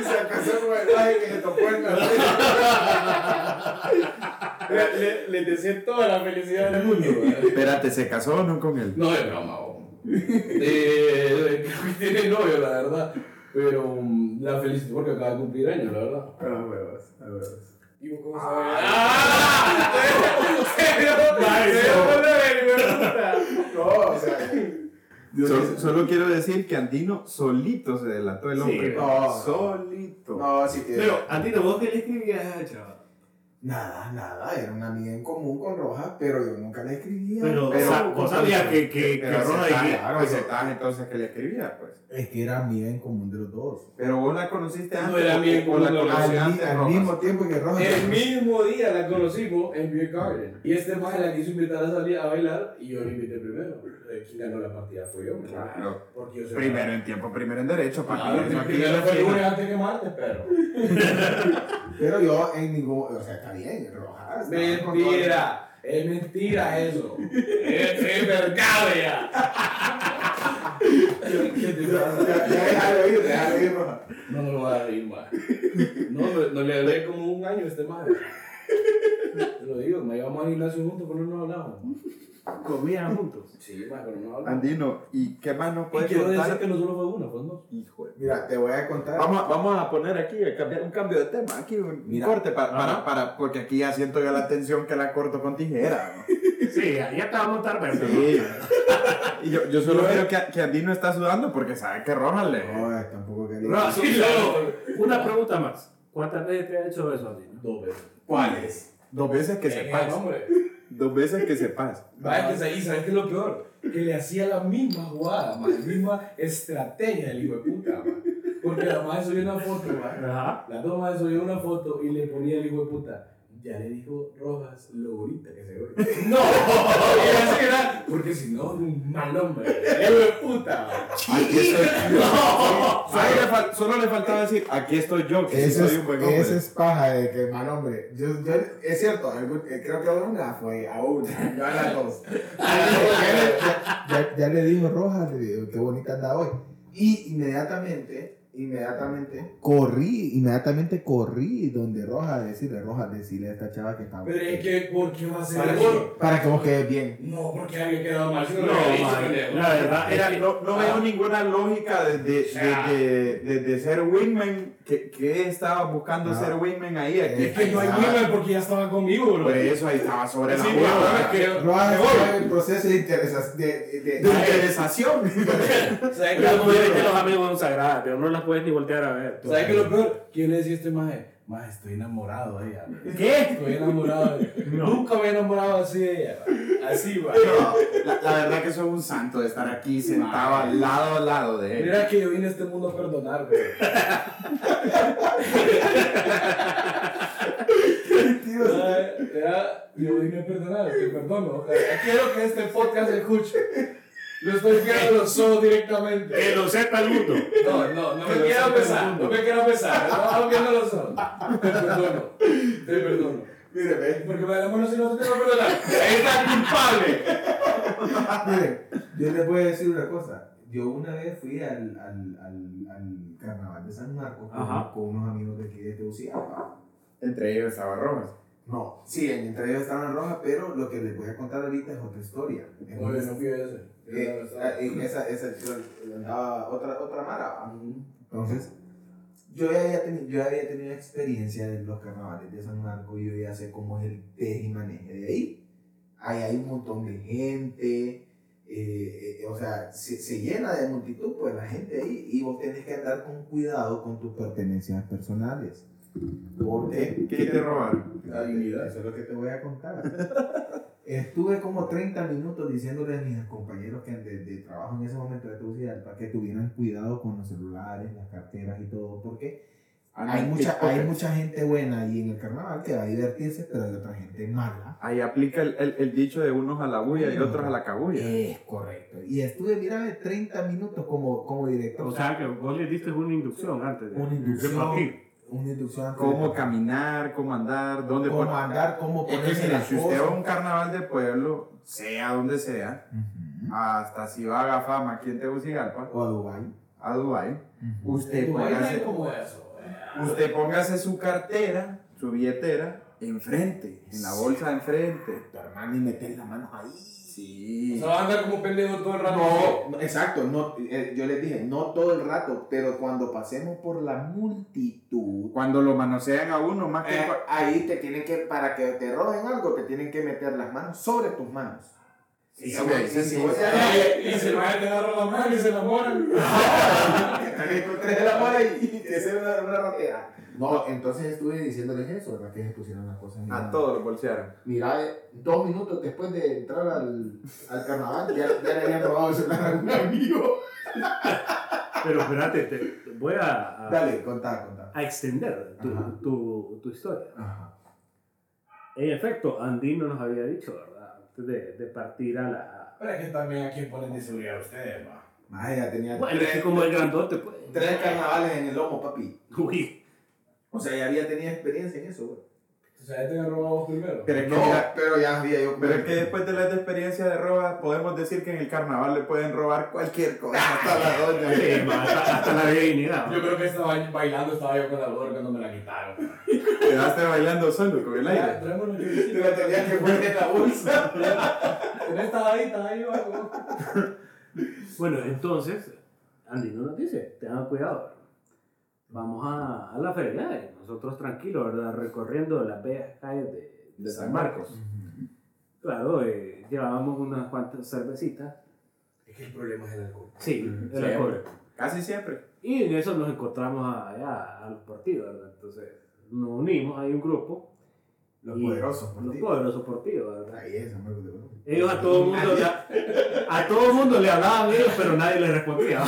[SPEAKER 2] Y se casó con el traje que se tocó en la frente.
[SPEAKER 8] Le, le, les deseo toda la felicidad del mundo. ¿verdad?
[SPEAKER 3] Espérate, ¿se casó o no con él?
[SPEAKER 4] No, es broma, bo. eh, creo que tiene novio, la verdad. Pero mm, la felicito porque acaba de cumplir años, la verdad.
[SPEAKER 2] A huevos, a huevos.
[SPEAKER 8] ¿Y vos cómo sabés? ¡Ah! Se dio- se dio por ver, hijo de puta.
[SPEAKER 2] No, o sea. Dios
[SPEAKER 3] Sol-
[SPEAKER 2] mío.
[SPEAKER 3] solo quiero decir que Andino solito se delató el
[SPEAKER 1] Sí,
[SPEAKER 3] hombre.
[SPEAKER 2] no.
[SPEAKER 3] solito.
[SPEAKER 2] No, sí. eh,
[SPEAKER 1] pero, Andino, vos que le escribías a esa chava.
[SPEAKER 2] Nada, nada. Era una amiga en común con Rojas, pero yo nunca la escribía.
[SPEAKER 1] Pero,
[SPEAKER 3] Pero-
[SPEAKER 1] sa- vos sabías que, que, que
[SPEAKER 3] Pero
[SPEAKER 1] Rojas
[SPEAKER 3] aceptás,
[SPEAKER 1] y-
[SPEAKER 3] claro, aceptás entonces que le escribía, pues.
[SPEAKER 2] Es que era amiga en común de los dos.
[SPEAKER 3] Pero vos la conociste
[SPEAKER 8] No
[SPEAKER 3] antes.
[SPEAKER 8] era
[SPEAKER 3] o-
[SPEAKER 8] bien
[SPEAKER 3] o la
[SPEAKER 8] común,
[SPEAKER 3] conociste
[SPEAKER 2] Al,
[SPEAKER 3] antes,
[SPEAKER 2] al
[SPEAKER 3] Rojas?
[SPEAKER 2] mismo tiempo que Rojas.
[SPEAKER 8] El mismo día la conocimos en Beer Garden. Y este maje la quiso invitar a salir a bailar y yo la invité primero. Eh, Quien ganó la partida fue yo. ¿no?
[SPEAKER 3] Claro.
[SPEAKER 8] Porque yo soy-
[SPEAKER 3] Primero en tiempo, primero en derecho, papi.
[SPEAKER 8] Claro,
[SPEAKER 3] No, aquí
[SPEAKER 8] primero
[SPEAKER 3] no
[SPEAKER 8] fue
[SPEAKER 3] tiene-
[SPEAKER 8] lunes antes que martes, pero.
[SPEAKER 2] Pero yo en ningún. O sea, está bien, Rojas. estaba con todo el-
[SPEAKER 8] Mentira. Es mentira eso. Es, es verdad
[SPEAKER 1] ¿ah?
[SPEAKER 8] ya.
[SPEAKER 4] ¿Qué te
[SPEAKER 2] Ya,
[SPEAKER 4] pasa?
[SPEAKER 2] ya, Déjalo ir, déjalo ir, Rojas.
[SPEAKER 4] No me lo va a reír más. No, no, no le hablé como un año a este madre. Te lo digo, me íbamos al gimnasio juntos, pero no hablábamos.
[SPEAKER 1] comían juntos.
[SPEAKER 4] Sí, más, pero no hablábamos.
[SPEAKER 3] Andino, ¿y qué más nos
[SPEAKER 4] Y
[SPEAKER 3] puedes
[SPEAKER 4] quiero decir
[SPEAKER 3] contar?
[SPEAKER 4] que no solo fue una, fue dos.
[SPEAKER 3] Hijo de-
[SPEAKER 2] Mira, te voy a contar.
[SPEAKER 3] Vamos, a- vamos a poner aquí a cambiar- un cambio de tema, aquí un
[SPEAKER 4] Mira.
[SPEAKER 3] corte pa- para,
[SPEAKER 1] Ajá.
[SPEAKER 3] para, porque aquí ya siento yo la tensión que la corto con tijera. ¿no?
[SPEAKER 1] Sí, ya te vamos a montar verde.
[SPEAKER 3] Sí. y yo, yo solo veo que, que Andino está sudando porque sabe que Rojas le.
[SPEAKER 2] No, eh, tampoco quería.
[SPEAKER 1] Rojas, (laughs) sí, luego, una pregunta más. ¿Cuántas veces te ha hecho eso, Andino?
[SPEAKER 4] Dos veces.
[SPEAKER 3] ¿Cuáles? Dos veces que
[SPEAKER 8] Venga,
[SPEAKER 3] sepas.
[SPEAKER 8] hombre.
[SPEAKER 3] Dos veces que sepas.
[SPEAKER 4] (laughs) Vaya que se hizo, ¿sabes qué es lo peor? Que le hacía la misma jugada, ma, la misma estrategia del hijo de puta, ma. Porque la madre subió una foto, ma.
[SPEAKER 1] Ajá.
[SPEAKER 4] La dos madres subió una foto y le ponía el hijo de puta. Ya le dijo Rojas lo bonita que se ve.
[SPEAKER 1] (laughs)
[SPEAKER 4] ¡No! Y así era, Porque si no, es un mal hombre. El hijo de puta, ma.
[SPEAKER 3] Aquí estoy yo. Solo, le fal- solo le faltaba decir, aquí estoy yo, que sí
[SPEAKER 2] Eso es,
[SPEAKER 3] soy un buen hombre.
[SPEAKER 2] eso es paja de que mal hombre. Yo, yo, es cierto, algún- eh, creo que una fue a (laughs) una, no a las dos. ya, ya- ya le dijo Rojas, le digo, qué bonita anda hoy. Y inmediatamente, inmediatamente, corrí, inmediatamente corrí donde Rojas a decirle, Rojas, decirle a esta chava que está
[SPEAKER 4] Pero es que, ¿por qué va a ser
[SPEAKER 2] para,
[SPEAKER 4] eso?
[SPEAKER 2] que, para que vos quedes bien.
[SPEAKER 4] No, porque había quedado mal. Si
[SPEAKER 1] No,
[SPEAKER 4] no, lo hubiera dicho,
[SPEAKER 1] man,
[SPEAKER 4] pendejo.
[SPEAKER 1] la verdad,
[SPEAKER 3] Era,
[SPEAKER 1] era
[SPEAKER 3] no, no veo ninguna lógica de, de, de- de- de- de ser wingman. que estaba buscando
[SPEAKER 2] Ah.
[SPEAKER 3] ser wingman ahí? Aquí
[SPEAKER 4] Es que no hay nivel porque ya estaba conmigo, bro.
[SPEAKER 3] Por eso ahí estaba sobre la
[SPEAKER 8] Sí,
[SPEAKER 3] bola,
[SPEAKER 8] no,
[SPEAKER 3] ¿verdad?
[SPEAKER 8] que-
[SPEAKER 2] Rojas
[SPEAKER 8] me voy.
[SPEAKER 2] estaba en el proceso de interesas- de- de-
[SPEAKER 3] De
[SPEAKER 2] de-
[SPEAKER 3] interesación.
[SPEAKER 4] ¿Sabes qué
[SPEAKER 1] Las
[SPEAKER 4] es lo peor?
[SPEAKER 1] mujeres que los amigos son sagradas, pero no las puedes ni voltear a ver.
[SPEAKER 4] ¿Sabes qué es lo peor? ¿Quién le decía a este maje? Maje, estoy enamorado de ella. maje.
[SPEAKER 1] ¿Qué?
[SPEAKER 4] Estoy enamorado de ella.
[SPEAKER 1] No.
[SPEAKER 4] Nunca me he enamorado así de ella. maje. Así,
[SPEAKER 3] (laughs)
[SPEAKER 4] va.
[SPEAKER 3] No, la, la verdad que soy un santo de estar aquí sentado al lado al lado de él.
[SPEAKER 4] Mira que yo vine a este mundo a perdonar, güey. Maje, ya, Yo vine a perdonar, te perdono. ojalá. Quiero que este podcast se escuche. Lo estoy viendo a los ojos directamente.
[SPEAKER 1] Que lo sepa el mundo.
[SPEAKER 4] No, no, no me
[SPEAKER 3] Que lo
[SPEAKER 4] quiero
[SPEAKER 3] sepa el
[SPEAKER 4] pesar.
[SPEAKER 3] mundo.
[SPEAKER 4] No me quiero pesar. No, que no lo son. Te perdono. Te perdono.
[SPEAKER 2] Mire, ve.
[SPEAKER 4] Porque me enamoro si no te tengo que perdonar.
[SPEAKER 3] ¡Está culpable!
[SPEAKER 2] Miren, yo les voy a decir una cosa. yo una vez fui al, al, al, al carnaval de San Marcos con,
[SPEAKER 1] Ajá.
[SPEAKER 2] con unos amigos de aquí de Tegucigalpa.
[SPEAKER 3] Entre ellos estaba Rojas.
[SPEAKER 2] No, sí, entre ellos estaban rojas, pero lo que les voy a contar ahorita es otra historia. Es
[SPEAKER 9] No,
[SPEAKER 2] un-
[SPEAKER 9] yo no fui a ese. Yo no
[SPEAKER 2] Eh,
[SPEAKER 9] estaba.
[SPEAKER 2] en esa, esa, yo andaba otra, otra mara. ¿va? Entonces, yo ya, había teni- yo ya había tenido experiencia de los carnavales de San Marco y yo ya sé cómo es el teje y maneje de ahí. Ahí hay un montón de gente, eh, eh, o sea, se, se llena de multitud, pues la gente ahí, y vos tenés que andar con cuidado con tus pertenencias personales. Porque
[SPEAKER 3] ¿Qué te robaron?
[SPEAKER 9] La dignidad.
[SPEAKER 2] eso es lo que te voy a contar. (laughs) Estuve como 30 minutos diciéndole a mis compañeros que de, de trabajo en ese momento de Tegucigalpa que tuvieran cuidado con los celulares, las carteras y todo, porque
[SPEAKER 3] Ah,
[SPEAKER 2] hay mucha, hay mucha gente buena ahí en el carnaval que va a divertirse, pero hay otra gente mala.
[SPEAKER 3] Ahí aplica el, el- el dicho de unos a la bulla y otros a la cabulla.
[SPEAKER 2] Es correcto. Y estuve, mira, 30 minutos como, como director.
[SPEAKER 1] O sea que vos le diste una inducción antes de,
[SPEAKER 2] Una inducción.
[SPEAKER 1] de partir.
[SPEAKER 2] una inducción antes de-
[SPEAKER 3] Cómo caminar, cómo andar, dónde
[SPEAKER 2] cómo
[SPEAKER 3] poner-
[SPEAKER 2] andar, cómo
[SPEAKER 3] Es que
[SPEAKER 2] ponerse
[SPEAKER 3] mira,
[SPEAKER 2] las
[SPEAKER 3] si usted va a
[SPEAKER 2] cosas.
[SPEAKER 3] un carnaval de pueblo, sea donde sea,
[SPEAKER 2] Ujú.
[SPEAKER 3] hasta si va a Gafama aquí en Tegucigalpa,
[SPEAKER 2] O a Dubái.
[SPEAKER 3] a Dubái,
[SPEAKER 2] Ujú.
[SPEAKER 3] usted
[SPEAKER 9] Dubái no es
[SPEAKER 3] póngase,
[SPEAKER 9] como eso. eh.
[SPEAKER 3] usted póngase su cartera, su billetera, enfrente, en la bolsa de enfrente.
[SPEAKER 2] Tu hermano y meter las manos ahí.
[SPEAKER 3] Sí.
[SPEAKER 4] Se va a andar como pendejo todo el rato.
[SPEAKER 2] No, no, exacto, no, eh, yo les dije, no todo el rato, pero cuando pasemos por la multitud,
[SPEAKER 3] Cuando lo manosean a uno, más que...
[SPEAKER 2] eh, ahí te tienen que, para que te roben algo, te tienen que meter las manos sobre tus manos.
[SPEAKER 3] Sí,
[SPEAKER 2] Y-
[SPEAKER 3] ok,
[SPEAKER 2] y-
[SPEAKER 3] sí,
[SPEAKER 2] y-
[SPEAKER 3] sí.
[SPEAKER 2] o sea,
[SPEAKER 4] Eh, Y se van a te agarran la mano y se enamoran.
[SPEAKER 2] También encontré la bola y, y te hacen una, una ratera. No, entonces estuve diciéndoles eso, ¿verdad? Que se pusieron las cosas en
[SPEAKER 3] A
[SPEAKER 2] la-
[SPEAKER 3] todos los bolsearon.
[SPEAKER 2] Mira, eh, dos minutos después de entrar al, al carnaval, ya, ya le habían robado el celular a un amigo.
[SPEAKER 1] Pero espérate, te, voy a, a-
[SPEAKER 2] Dale, contá, contá.
[SPEAKER 1] a extender
[SPEAKER 2] Ajá.
[SPEAKER 1] tu, tu, tu historia.
[SPEAKER 2] Ajá.
[SPEAKER 1] En efecto, Andino nos había dicho, ¿verdad? Antes de, de partir a la...
[SPEAKER 9] Pero es que también aquí ponen de seguridad ustedes, ma.
[SPEAKER 2] Maje, Ah, ya tenía
[SPEAKER 1] Bueno, eh. es que como el grandote, pues...
[SPEAKER 2] tres carnavales en el lomo, papi.
[SPEAKER 1] Uy,
[SPEAKER 2] O sea, ya había tenido experiencia en eso, güey.
[SPEAKER 9] O sea, ya te han robado vos primero.
[SPEAKER 3] Pero es que,
[SPEAKER 2] No,
[SPEAKER 3] mira,
[SPEAKER 2] pero ya había yo.
[SPEAKER 3] pero es que después de la experiencia de roba, podemos decir que en el carnaval le pueden robar cualquier cosa.
[SPEAKER 2] Hasta la doña.
[SPEAKER 3] (laughs)
[SPEAKER 1] eh, ma, hasta, hasta la dignidad.
[SPEAKER 4] Yo creo que estaba bailando, estaba yo con la gorra cuando me la quitaron.
[SPEAKER 3] Quedaste bailando solo con el
[SPEAKER 9] Ya,
[SPEAKER 3] aire.
[SPEAKER 9] Tráemelo yo.
[SPEAKER 2] Te la tenía que poner en la
[SPEAKER 1] (laughs)
[SPEAKER 2] bolsa.
[SPEAKER 9] En esta ahí, está ahí o algo.
[SPEAKER 1] Bueno, entonces, Andino nos dice, tengan cuidado. ¿verdad? Vamos a, a la feria, eh, nosotros tranquilos, ¿verdad? Recorriendo las bellas calles de, de San Marcos. Claro, eh, llevábamos unas cuantas cervecitas.
[SPEAKER 9] Es que el problema es el alcohol.
[SPEAKER 1] Sí,
[SPEAKER 3] Mm,
[SPEAKER 1] el alcohol.
[SPEAKER 3] Casi siempre.
[SPEAKER 1] Y en eso nos encontramos allá a los partidos, ¿verdad? Entonces nos unimos, hay un grupo.
[SPEAKER 2] Los
[SPEAKER 1] y-
[SPEAKER 2] poderosos, por
[SPEAKER 1] Los
[SPEAKER 2] ti.
[SPEAKER 1] poderosos partidos, ¿verdad?
[SPEAKER 2] Ahí es, San Marcos de Oro.
[SPEAKER 1] Ellos a todo mundo, le- a todo mundo le hablaban ellos, pero nadie les
[SPEAKER 3] (laughs)
[SPEAKER 1] respondía.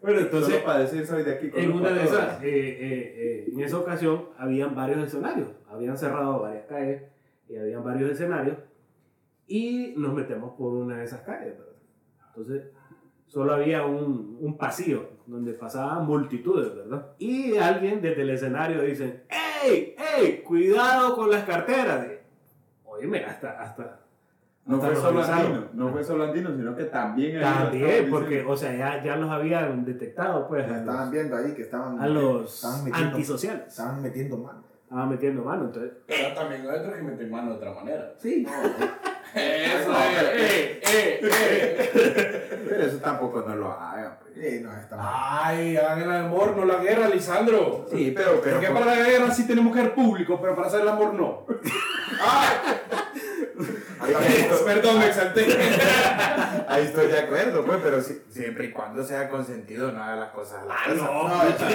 [SPEAKER 1] bueno, entonces
[SPEAKER 3] solo para decir soy de aquí. con
[SPEAKER 1] en
[SPEAKER 3] los
[SPEAKER 1] una de
[SPEAKER 3] patos.
[SPEAKER 1] esas, eh, eh, eh, en esa ocasión, habían varios escenarios. Habían cerrado varias calles y habían varios escenarios. Y nos metemos por una de esas calles. ¿verdad? Entonces, solo había un, un pasillo donde pasaban multitudes, ¿verdad? Y alguien desde el escenario dice, ¡Ey! ¡Ey! ¡Cuidado con las carteras! Oíme, hasta... hasta
[SPEAKER 3] No
[SPEAKER 1] hasta
[SPEAKER 3] fue
[SPEAKER 1] nos
[SPEAKER 3] solo
[SPEAKER 1] avisaron.
[SPEAKER 3] andino, no fue solo andino, sino que también ahí lo
[SPEAKER 1] También,
[SPEAKER 3] estaban
[SPEAKER 1] porque,
[SPEAKER 3] diciendo.
[SPEAKER 1] o sea, ya, ya los habían detectado, pues,
[SPEAKER 2] Ya
[SPEAKER 1] a
[SPEAKER 2] Estaban
[SPEAKER 1] los,
[SPEAKER 2] viendo ahí que estaban.
[SPEAKER 1] a los
[SPEAKER 2] estaban metiendo-
[SPEAKER 1] antisociales.
[SPEAKER 2] Estaban metiendo mano.
[SPEAKER 1] Ah, metiendo mano, entonces.
[SPEAKER 4] Pero también hay otros que meten mano de otra manera.
[SPEAKER 1] Sí. (laughs)
[SPEAKER 4] Eso
[SPEAKER 3] No,
[SPEAKER 4] es.
[SPEAKER 3] pero-
[SPEAKER 4] Eh, eh, eh.
[SPEAKER 3] Pero eso tampoco no lo hagan. pues.
[SPEAKER 2] Eh, no,
[SPEAKER 1] Ah,
[SPEAKER 2] estaban.
[SPEAKER 4] Ay, hagan el amor, no la guerra, Lisandro.
[SPEAKER 3] Sí, pero, pero,
[SPEAKER 4] Porque para la guerra sí tenemos que ser públicos, pero para hacer el amor no.
[SPEAKER 3] ahí, (laughs) estoy,
[SPEAKER 4] (laughs) Perdón, me exalté.
[SPEAKER 3] ahí estoy de acuerdo, pues, pero si- siempre y cuando sea consentido no haga las cosas a la fuerza.
[SPEAKER 2] No,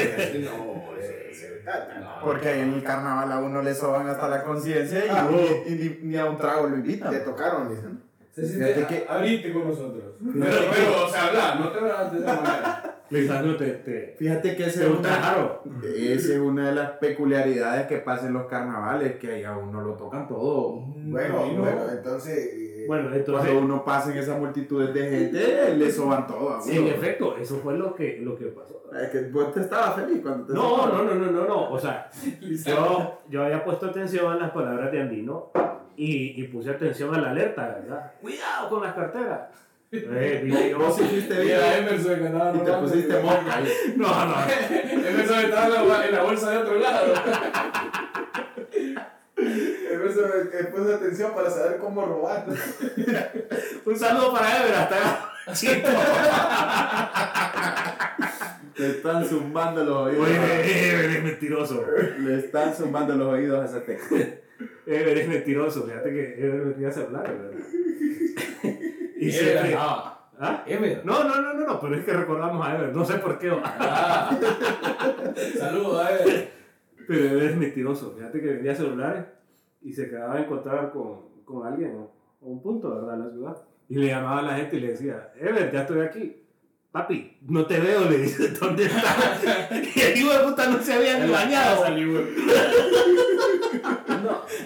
[SPEAKER 2] se- se- ta- ta- ta.
[SPEAKER 3] Porque ahí en el carnaval a uno le soban hasta la conciencia y,
[SPEAKER 2] Ah.
[SPEAKER 3] y- y ni, ni a un trago lo invitan.
[SPEAKER 2] Te tocaron, dicen.
[SPEAKER 9] Se
[SPEAKER 3] Fíjate
[SPEAKER 9] siente
[SPEAKER 3] que-
[SPEAKER 9] que... abrite con nosotros.
[SPEAKER 4] Pero, pero, o sea, habla, no te hablas de esa manera.
[SPEAKER 1] Lisandro, te, te,
[SPEAKER 3] Fíjate que ese
[SPEAKER 1] te
[SPEAKER 3] es
[SPEAKER 1] gusta
[SPEAKER 3] una-
[SPEAKER 1] raro.
[SPEAKER 3] esa es una de las peculiaridades que pasa en los carnavales, que ahí a uno lo tocan todo.
[SPEAKER 2] Bueno,
[SPEAKER 4] No,
[SPEAKER 2] bueno, entonces. eh,
[SPEAKER 1] Mm, Bueno,
[SPEAKER 3] Cuando
[SPEAKER 1] entonces,
[SPEAKER 3] uno pasa en esas multitudes de gente, le soban todo a uno.
[SPEAKER 1] en efecto, eso fue lo que, lo que pasó.
[SPEAKER 3] Es que vos te estabas feliz cuando te
[SPEAKER 1] No, no, no, no, no, no. O sea,
[SPEAKER 4] Lisandro.
[SPEAKER 1] yo, yo había puesto atención a las palabras de Andino y, y puse atención a la alerta, ¿verdad? Cuidado con las carteras. Eh, dije yo,
[SPEAKER 2] Vos hiciste
[SPEAKER 4] Y era
[SPEAKER 3] eh,
[SPEAKER 2] bien
[SPEAKER 4] Emerson que andaba
[SPEAKER 2] y te
[SPEAKER 4] robando.
[SPEAKER 2] pusiste monja.
[SPEAKER 1] (laughs) No, no.
[SPEAKER 4] (laughs) Emerson estaba en la, en la bolsa de otro lado.
[SPEAKER 2] Emerson eh, puso atención para saber cómo robar.
[SPEAKER 1] (laughs) Un saludo para Ever, hasta Chico.
[SPEAKER 4] (laughs)
[SPEAKER 2] Le están zumbando los oídos.
[SPEAKER 1] Oye, Ever es mentiroso.
[SPEAKER 2] Le están zumbando los oídos a esa
[SPEAKER 3] (laughs)
[SPEAKER 2] tecla.
[SPEAKER 1] Ever es mentiroso. Fíjate que Ever me tenía celular, (laughs) ¿verdad? Y
[SPEAKER 4] Ever
[SPEAKER 1] siempre-
[SPEAKER 4] andaba.
[SPEAKER 1] ¿Ah?
[SPEAKER 4] Ever.
[SPEAKER 1] No, no, no, no, no, pero es que recordamos a Ever, no sé por qué. va.
[SPEAKER 4] Ah. Saludos a Ever.
[SPEAKER 1] Pero Ever es mentiroso. Fíjate que vendía celulares y se quedaba a encontrar con, con alguien ¿no? a un punto, ¿verdad? En la ciudad. Y le llamaba a la gente y le decía, Ever, ya estoy aquí. Papi, no te veo, le dice, (laughs) ¿dónde estás? Y el hijo de puta no se había ni bañado.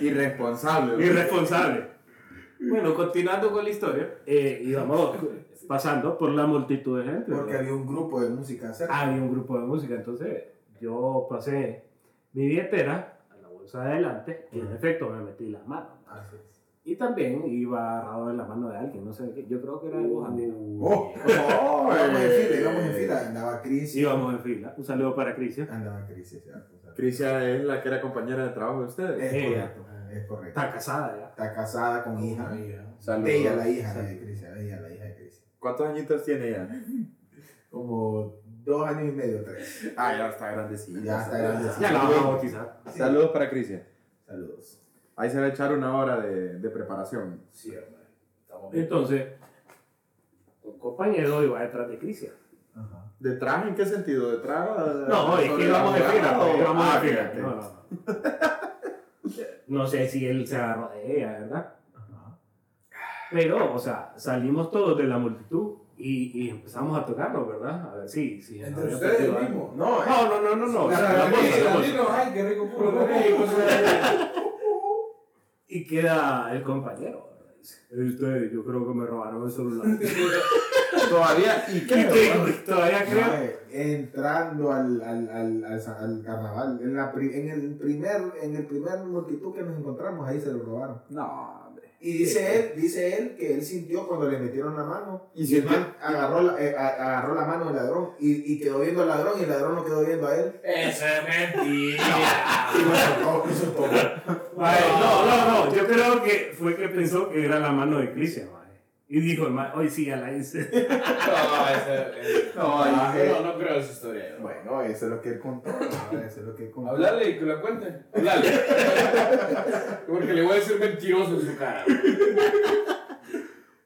[SPEAKER 2] Irresponsable. güey.
[SPEAKER 1] Irresponsable. Bueno, continuando con la historia, eh, íbamos pasando por la multitud de gente.
[SPEAKER 2] Porque
[SPEAKER 1] ¿verdad?
[SPEAKER 2] había un grupo de música cerca.
[SPEAKER 1] Había un grupo de música, entonces yo pasé mi billetera a la bolsa de adelante y en efecto me metí las manos.
[SPEAKER 2] Así es.
[SPEAKER 1] Y también iba agarrado de la mano de alguien, no sé, de qué, yo creo que era
[SPEAKER 9] Uh.
[SPEAKER 1] algo andino.
[SPEAKER 2] Oh, oh, íbamos en fila, íbamos en fila. Andaba Cris.
[SPEAKER 1] pues, Íbamos en fila. Un saludo para Cristian.
[SPEAKER 2] Andaba Cris. sí, sí, ah, pues, ah.
[SPEAKER 3] Crisia es la que era compañera de trabajo de ustedes.
[SPEAKER 2] Es
[SPEAKER 1] Ella.
[SPEAKER 2] correcto, es correcto.
[SPEAKER 1] Está casada ya.
[SPEAKER 2] Está casada con hija.
[SPEAKER 3] Saludos.
[SPEAKER 2] Ella, la hija de Cris. Ella, la hija de Cris.
[SPEAKER 3] ¿Cuántos añitos tiene ella?
[SPEAKER 2] Como dos años y medio, tres.
[SPEAKER 3] Ah, ya está grandecita.
[SPEAKER 2] Ya está grandecita.
[SPEAKER 1] Ya la vamos a bautizar.
[SPEAKER 2] Sí.
[SPEAKER 3] Saludos para Crisia.
[SPEAKER 2] Saludos.
[SPEAKER 3] Ahí se va a echar una hora de, de preparación.
[SPEAKER 4] Sí, hombre. Estamos bien.
[SPEAKER 1] Entonces, un compañero iba detrás de Cristian.
[SPEAKER 2] Ajá.
[SPEAKER 3] ¿De traje en qué sentido? ¿De traje?
[SPEAKER 1] No, es que íbamos de fila, pues, íbamos
[SPEAKER 3] a
[SPEAKER 1] de fila. No, no, no. No sé si él se agarró de ella, ¿verdad?
[SPEAKER 2] Ajá.
[SPEAKER 1] Pero, o sea, salimos todos de la multitud y, y empezamos a tocarnos, ¿verdad? A ver, sí, sí. nos
[SPEAKER 9] Entre
[SPEAKER 1] había
[SPEAKER 9] ustedes
[SPEAKER 1] perdido algo.
[SPEAKER 9] mismos.
[SPEAKER 2] No, eh,
[SPEAKER 1] No, no, no, no, no. o sea,
[SPEAKER 2] La-
[SPEAKER 1] la
[SPEAKER 2] la-
[SPEAKER 1] bolsa, la
[SPEAKER 2] la-
[SPEAKER 1] bolsa.
[SPEAKER 9] Latino, ay, qué rico puro café y cosas así.
[SPEAKER 1] Y queda el compañero. ¿verdad? Dice, "Eh, ustedes, yo creo que me robaron el celular. (laughs)
[SPEAKER 3] Todavía, ¿y
[SPEAKER 1] Y
[SPEAKER 3] qué?
[SPEAKER 1] te- Todavía
[SPEAKER 2] No,
[SPEAKER 1] creo.
[SPEAKER 2] eh, entrando al, al, al, al, sa- al carnaval, en, la pri- en, el primer, en el primer multitud que nos encontramos, ahí se lo robaron.
[SPEAKER 3] No, hombre.
[SPEAKER 2] Y dice él, dice él que él sintió cuando le metieron la mano,
[SPEAKER 3] ¿Y
[SPEAKER 2] y
[SPEAKER 3] si
[SPEAKER 2] el man agarró la, eh, a- agarró la mano del ladrón y, y quedó viendo al ladrón y el ladrón lo quedó viendo a él.
[SPEAKER 4] Eso es mentira.
[SPEAKER 2] Y lo soltó, lo soltó.
[SPEAKER 1] Mae, no, no, no. Yo creo que fue que pensó que era la mano de Cristian, mae. Y dijo, el mae, hoy sí ya la hice.
[SPEAKER 4] No, eso es-
[SPEAKER 3] No,
[SPEAKER 2] Ah,
[SPEAKER 3] ay,
[SPEAKER 2] eh.
[SPEAKER 4] no, no creo esa historia. ¿no?
[SPEAKER 2] Bueno, eso es lo que él contó. ¿no? Eso es lo que él contó.
[SPEAKER 4] Hablarle y que la cuente. Hablarle. (laughs) Porque le voy a decir mentiroso en su cara.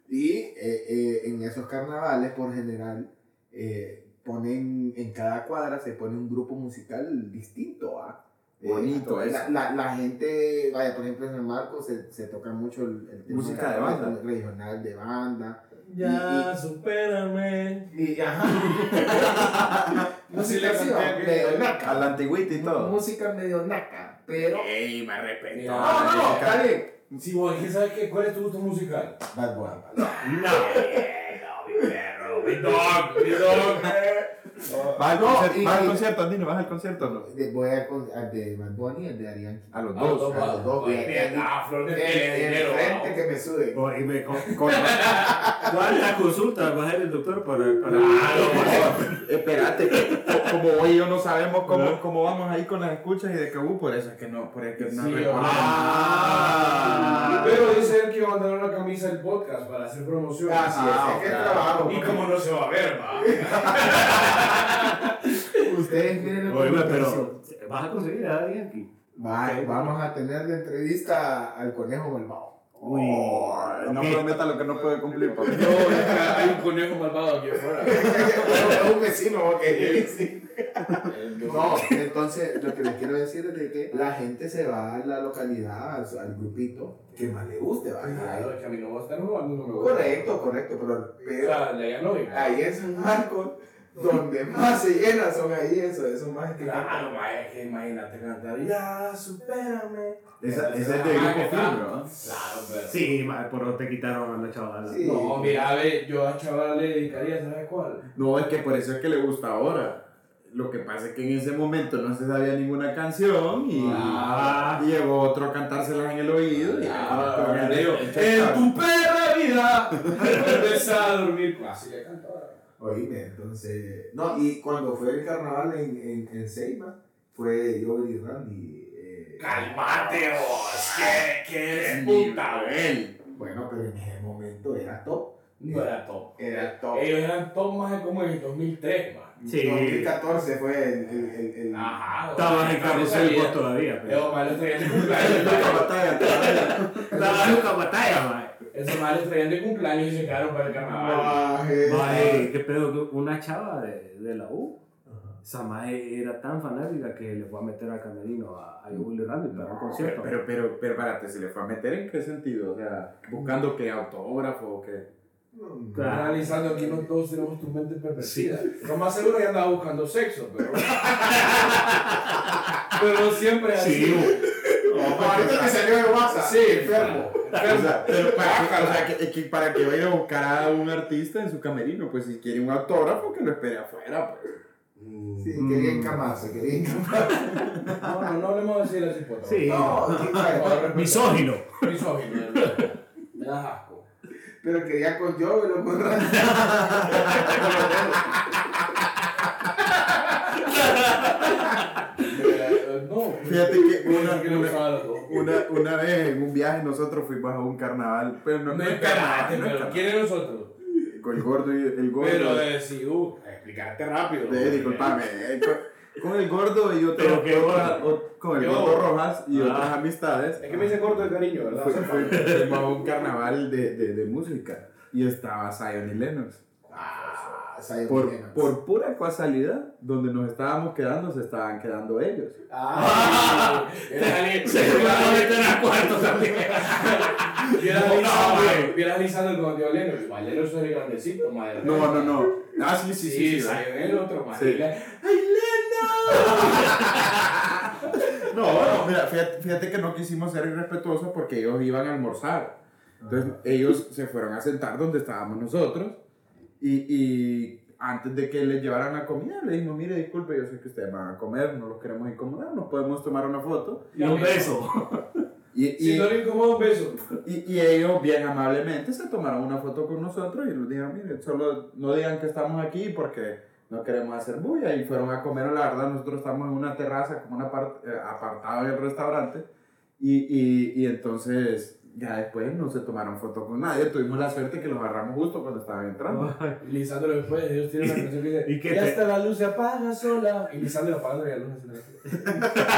[SPEAKER 2] Y eh, eh, en esos carnavales, por general, eh, ponen en cada cuadra se pone un grupo musical distinto a.
[SPEAKER 3] Bonito
[SPEAKER 2] la,
[SPEAKER 3] eso.
[SPEAKER 2] la, la gente, vaya, por ejemplo, en el marco se, se toca mucho el, el tema
[SPEAKER 3] Música de banda.
[SPEAKER 2] regional de banda.
[SPEAKER 4] Ya, supérame.
[SPEAKER 2] Y (laughs) ajá.
[SPEAKER 4] Así le
[SPEAKER 2] música así,
[SPEAKER 4] canté
[SPEAKER 2] va,
[SPEAKER 4] a
[SPEAKER 2] medio
[SPEAKER 4] Cristian.
[SPEAKER 2] naca. Eh,
[SPEAKER 3] A la antigüita y todo.
[SPEAKER 2] Música medio naca, pero.
[SPEAKER 4] (laughs) Ey, me arrepentí.
[SPEAKER 3] No,
[SPEAKER 2] No, no, no,
[SPEAKER 3] naca.
[SPEAKER 2] está bien.
[SPEAKER 9] Si vos, ¿qué sabes qué? ¿Cuál es tu gusto musical?
[SPEAKER 2] Bad Bunny.
[SPEAKER 4] Eh, Mi dog, mi dog.
[SPEAKER 3] ¿Vas al
[SPEAKER 2] No,
[SPEAKER 3] concierto,
[SPEAKER 2] y-
[SPEAKER 3] vas al
[SPEAKER 2] y-
[SPEAKER 3] concierto, Andino? ¿Vas al concierto o no?
[SPEAKER 2] De- Voy a con- al de Bad Bunny y al de Arián.
[SPEAKER 3] A los
[SPEAKER 4] A los
[SPEAKER 3] dos.
[SPEAKER 4] dos,
[SPEAKER 2] a los dos,
[SPEAKER 4] Ay,
[SPEAKER 2] bien.
[SPEAKER 4] bien, ah, flor de
[SPEAKER 2] El,
[SPEAKER 4] piel,
[SPEAKER 2] el
[SPEAKER 4] dinero,
[SPEAKER 2] frente
[SPEAKER 4] ah.
[SPEAKER 2] que me sube.
[SPEAKER 1] Oh, y me co- (laughs)
[SPEAKER 3] Con-
[SPEAKER 1] ¿Cuántas consultas va a hacer el doctor para.? para... (laughs)
[SPEAKER 3] Espérate, que co- como hoy yo no sabemos cómo, cómo vamos ahí con las escuchas y de que hubo, por eso es que no, por eso es que no
[SPEAKER 9] Sí,
[SPEAKER 3] reconocen.
[SPEAKER 4] Ah.
[SPEAKER 9] Pero dice él que iba a mandar una camisa al podcast para hacer promoción.
[SPEAKER 2] Así
[SPEAKER 3] Ah,
[SPEAKER 2] es, es que
[SPEAKER 3] ok.
[SPEAKER 2] trabajamos.
[SPEAKER 4] Y como no se va a ver, va.
[SPEAKER 2] Ustedes miren lo que
[SPEAKER 1] Oye,
[SPEAKER 2] me pareció.
[SPEAKER 1] pero. ¿Vas a conseguir a alguien aquí?
[SPEAKER 2] Va- Vamos a tener de entrevista al conejo malvado. Oh.
[SPEAKER 1] Uy.
[SPEAKER 3] No prometa lo que no puede cumplir, papi.
[SPEAKER 4] No, hay un conejo malvado aquí afuera.
[SPEAKER 2] Es (laughs) un vecino, ok. Sí. No, entonces lo que les quiero decir es de que la gente se va a la localidad, al, al grupito, que más le guste, va.
[SPEAKER 9] Claro, es que a mí no va a estar robando, no me gusta.
[SPEAKER 2] Correcto, correcto, pero,
[SPEAKER 9] O
[SPEAKER 2] pero
[SPEAKER 9] sea, le ganó. y-
[SPEAKER 2] ahí en San Marcos, donde más se llena son ahí eso, eso más que
[SPEAKER 9] Claro, ma, es que imagínate cantar. Ya, supérame.
[SPEAKER 3] Esa, esa es de
[SPEAKER 4] Ah,
[SPEAKER 3] grupo
[SPEAKER 4] ¿qué
[SPEAKER 3] firme,
[SPEAKER 4] tal?
[SPEAKER 3] ¿no?
[SPEAKER 4] Claro, pero.
[SPEAKER 1] Sí, mae, por donde te quitaron a la chavala.
[SPEAKER 2] Sí.
[SPEAKER 9] No, mira, a ver, yo a chaval le dedicaría, ¿sabes cuál?
[SPEAKER 3] No, es que por eso es que le gusta ahora. Lo que pasa es que en ese momento no se sabía ninguna canción y,
[SPEAKER 4] Ah.
[SPEAKER 3] y llegó otro a cantárselas en el oído. y
[SPEAKER 4] Ah,
[SPEAKER 3] ahora con el dedo,
[SPEAKER 4] ah,
[SPEAKER 3] "En tu perra vida".
[SPEAKER 4] vida. Empezar a dormir. pues, Así le cantaba.
[SPEAKER 2] Oíme, entonces. No, y cuando fue el carnaval en, en, en Seiba, fue yo y Randy. eh,
[SPEAKER 4] Calmate vos, que, que es puta él.
[SPEAKER 2] Bueno, pero en ese momento era top. Eh,
[SPEAKER 4] No era top.
[SPEAKER 2] Era top.
[SPEAKER 4] Ellos eran top más de como en el 2003, más.
[SPEAKER 1] Sí.
[SPEAKER 2] 2014 fue el. el, el, el-
[SPEAKER 4] Ajá.
[SPEAKER 1] Estabas en carrusel vos
[SPEAKER 4] puesto.
[SPEAKER 1] todavía. pero-
[SPEAKER 4] Esos malos traían de
[SPEAKER 2] la
[SPEAKER 3] (laughs)
[SPEAKER 4] cumpleaños.
[SPEAKER 2] batalla, todavía.
[SPEAKER 1] Estabas en Luca Batalla, mae.
[SPEAKER 4] Esos malos traían de cumpleaños y se quedaron para el
[SPEAKER 3] Ah,
[SPEAKER 4] carnaval.
[SPEAKER 2] Baje.
[SPEAKER 1] Mae, qué pedo, que una chava de, de la U.
[SPEAKER 2] Ajá.
[SPEAKER 1] Esa mae era tan fanática que le fue a meter al camerino a, a Julio Randy para un concierto.
[SPEAKER 3] Pero, pero, pero, pero espérate, ¿se le fue a meter en qué sentido? O sea, buscando que autógrafo o qué.
[SPEAKER 2] Mm.
[SPEAKER 1] Claro.
[SPEAKER 4] Analizando aquí, no todos tenemos tus mentes pervertidas. Lo más seguro que andaba buscando sexo, pero.
[SPEAKER 3] (laughs)
[SPEAKER 4] pero siempre así.
[SPEAKER 1] Sí,
[SPEAKER 2] Ahorita que salió de WhatsApp.
[SPEAKER 4] Sí, enfermo.
[SPEAKER 3] O sea, pero para, que, o sea, que- que para que vaya a buscar a un artista en su camerino, pues si quiere un autógrafo, que lo espere afuera. Pues.
[SPEAKER 2] Sí,
[SPEAKER 3] Mm.
[SPEAKER 2] quería encamarse, quería encamarse.
[SPEAKER 4] No, no, no hablemos de decir así, por favor.
[SPEAKER 1] Sí.
[SPEAKER 2] No, que-
[SPEAKER 1] (laughs)
[SPEAKER 2] bueno,
[SPEAKER 1] misógino.
[SPEAKER 4] Misógino.
[SPEAKER 3] (laughs)
[SPEAKER 4] ¿no? Me das asco.
[SPEAKER 2] pero quería con yo, pero con Randy.
[SPEAKER 3] (laughs)
[SPEAKER 4] Eh, No. pues,
[SPEAKER 3] Fíjate que una,
[SPEAKER 4] que no me
[SPEAKER 3] una,
[SPEAKER 4] sabe loco.
[SPEAKER 3] una, una vez en un viaje nosotros fuimos a un carnaval, pero no,
[SPEAKER 4] No
[SPEAKER 3] no es
[SPEAKER 4] es
[SPEAKER 3] carnaval,
[SPEAKER 4] karate,
[SPEAKER 3] no es
[SPEAKER 4] pero
[SPEAKER 3] carnaval.
[SPEAKER 4] ¿quién de nosotros?
[SPEAKER 3] Con el gordo y el gordo.
[SPEAKER 4] Pero de si, uh, explicarte rápido.
[SPEAKER 3] Eh, disculpame. eh, con- Con el gordo y otro,
[SPEAKER 1] Pero qué
[SPEAKER 3] otra-
[SPEAKER 1] gordo.
[SPEAKER 3] o- con el
[SPEAKER 4] Yo.
[SPEAKER 3] gordo Rojas y
[SPEAKER 1] Ah.
[SPEAKER 3] otras amistades.
[SPEAKER 4] Es que me hice corto de cariño, ¿verdad?
[SPEAKER 3] Fue- fue-
[SPEAKER 4] (laughs)
[SPEAKER 3] Fuimos a un carnaval de, de, de música y estaba Zion y Lennox.
[SPEAKER 2] Ah, Zion
[SPEAKER 3] Por,
[SPEAKER 2] Lennox.
[SPEAKER 3] por pura casualidad, donde nos estábamos quedando, se estaban quedando ellos.
[SPEAKER 4] Ah,
[SPEAKER 3] (laughs)
[SPEAKER 4] era alguien-
[SPEAKER 1] a cuarto también.
[SPEAKER 4] Vieras
[SPEAKER 1] No,
[SPEAKER 4] Lisandro,
[SPEAKER 1] güey.
[SPEAKER 4] vieras Lisandro cuando dio a Lennox. Ma, Lennox era grandecito, ma, era-
[SPEAKER 3] No, no, no. Ah, sí, sí, sí. sí,
[SPEAKER 4] Sí, salió el otro, ma.
[SPEAKER 3] Sí.
[SPEAKER 4] y le-
[SPEAKER 3] No, no, mira, fíjate, fíjate que no quisimos ser irrespetuosos porque ellos iban a almorzar. Entonces ellos se fueron a sentar donde estábamos nosotros y, y antes de que les llevaran la comida le dijimos, mire, disculpe, yo sé que ustedes van a comer, no los queremos incomodar, nos podemos tomar una foto.
[SPEAKER 1] Y un beso.
[SPEAKER 3] Y,
[SPEAKER 4] Si
[SPEAKER 3] y-
[SPEAKER 4] no le incomoda un beso.
[SPEAKER 3] y- y ellos bien amablemente se tomaron una foto con nosotros y nos dijeron, mire, solo no digan que estamos aquí porque no queremos hacer bulla y fueron a comer, la verdad nosotros estamos en una terraza como una par- eh, apartado del restaurante y, y- y entonces ya después no se tomaron foto con nadie, tuvimos la suerte que los agarramos justo cuando estaban entrando.
[SPEAKER 4] Y Lisandro después, ellos
[SPEAKER 3] (laughs)
[SPEAKER 4] tienen una canción que dice,
[SPEAKER 1] ¿Y qué
[SPEAKER 4] ya
[SPEAKER 1] te-
[SPEAKER 4] está la luz, se apaga sola. Y Lisandro apagando la luz. así, ¿no?
[SPEAKER 1] (laughs)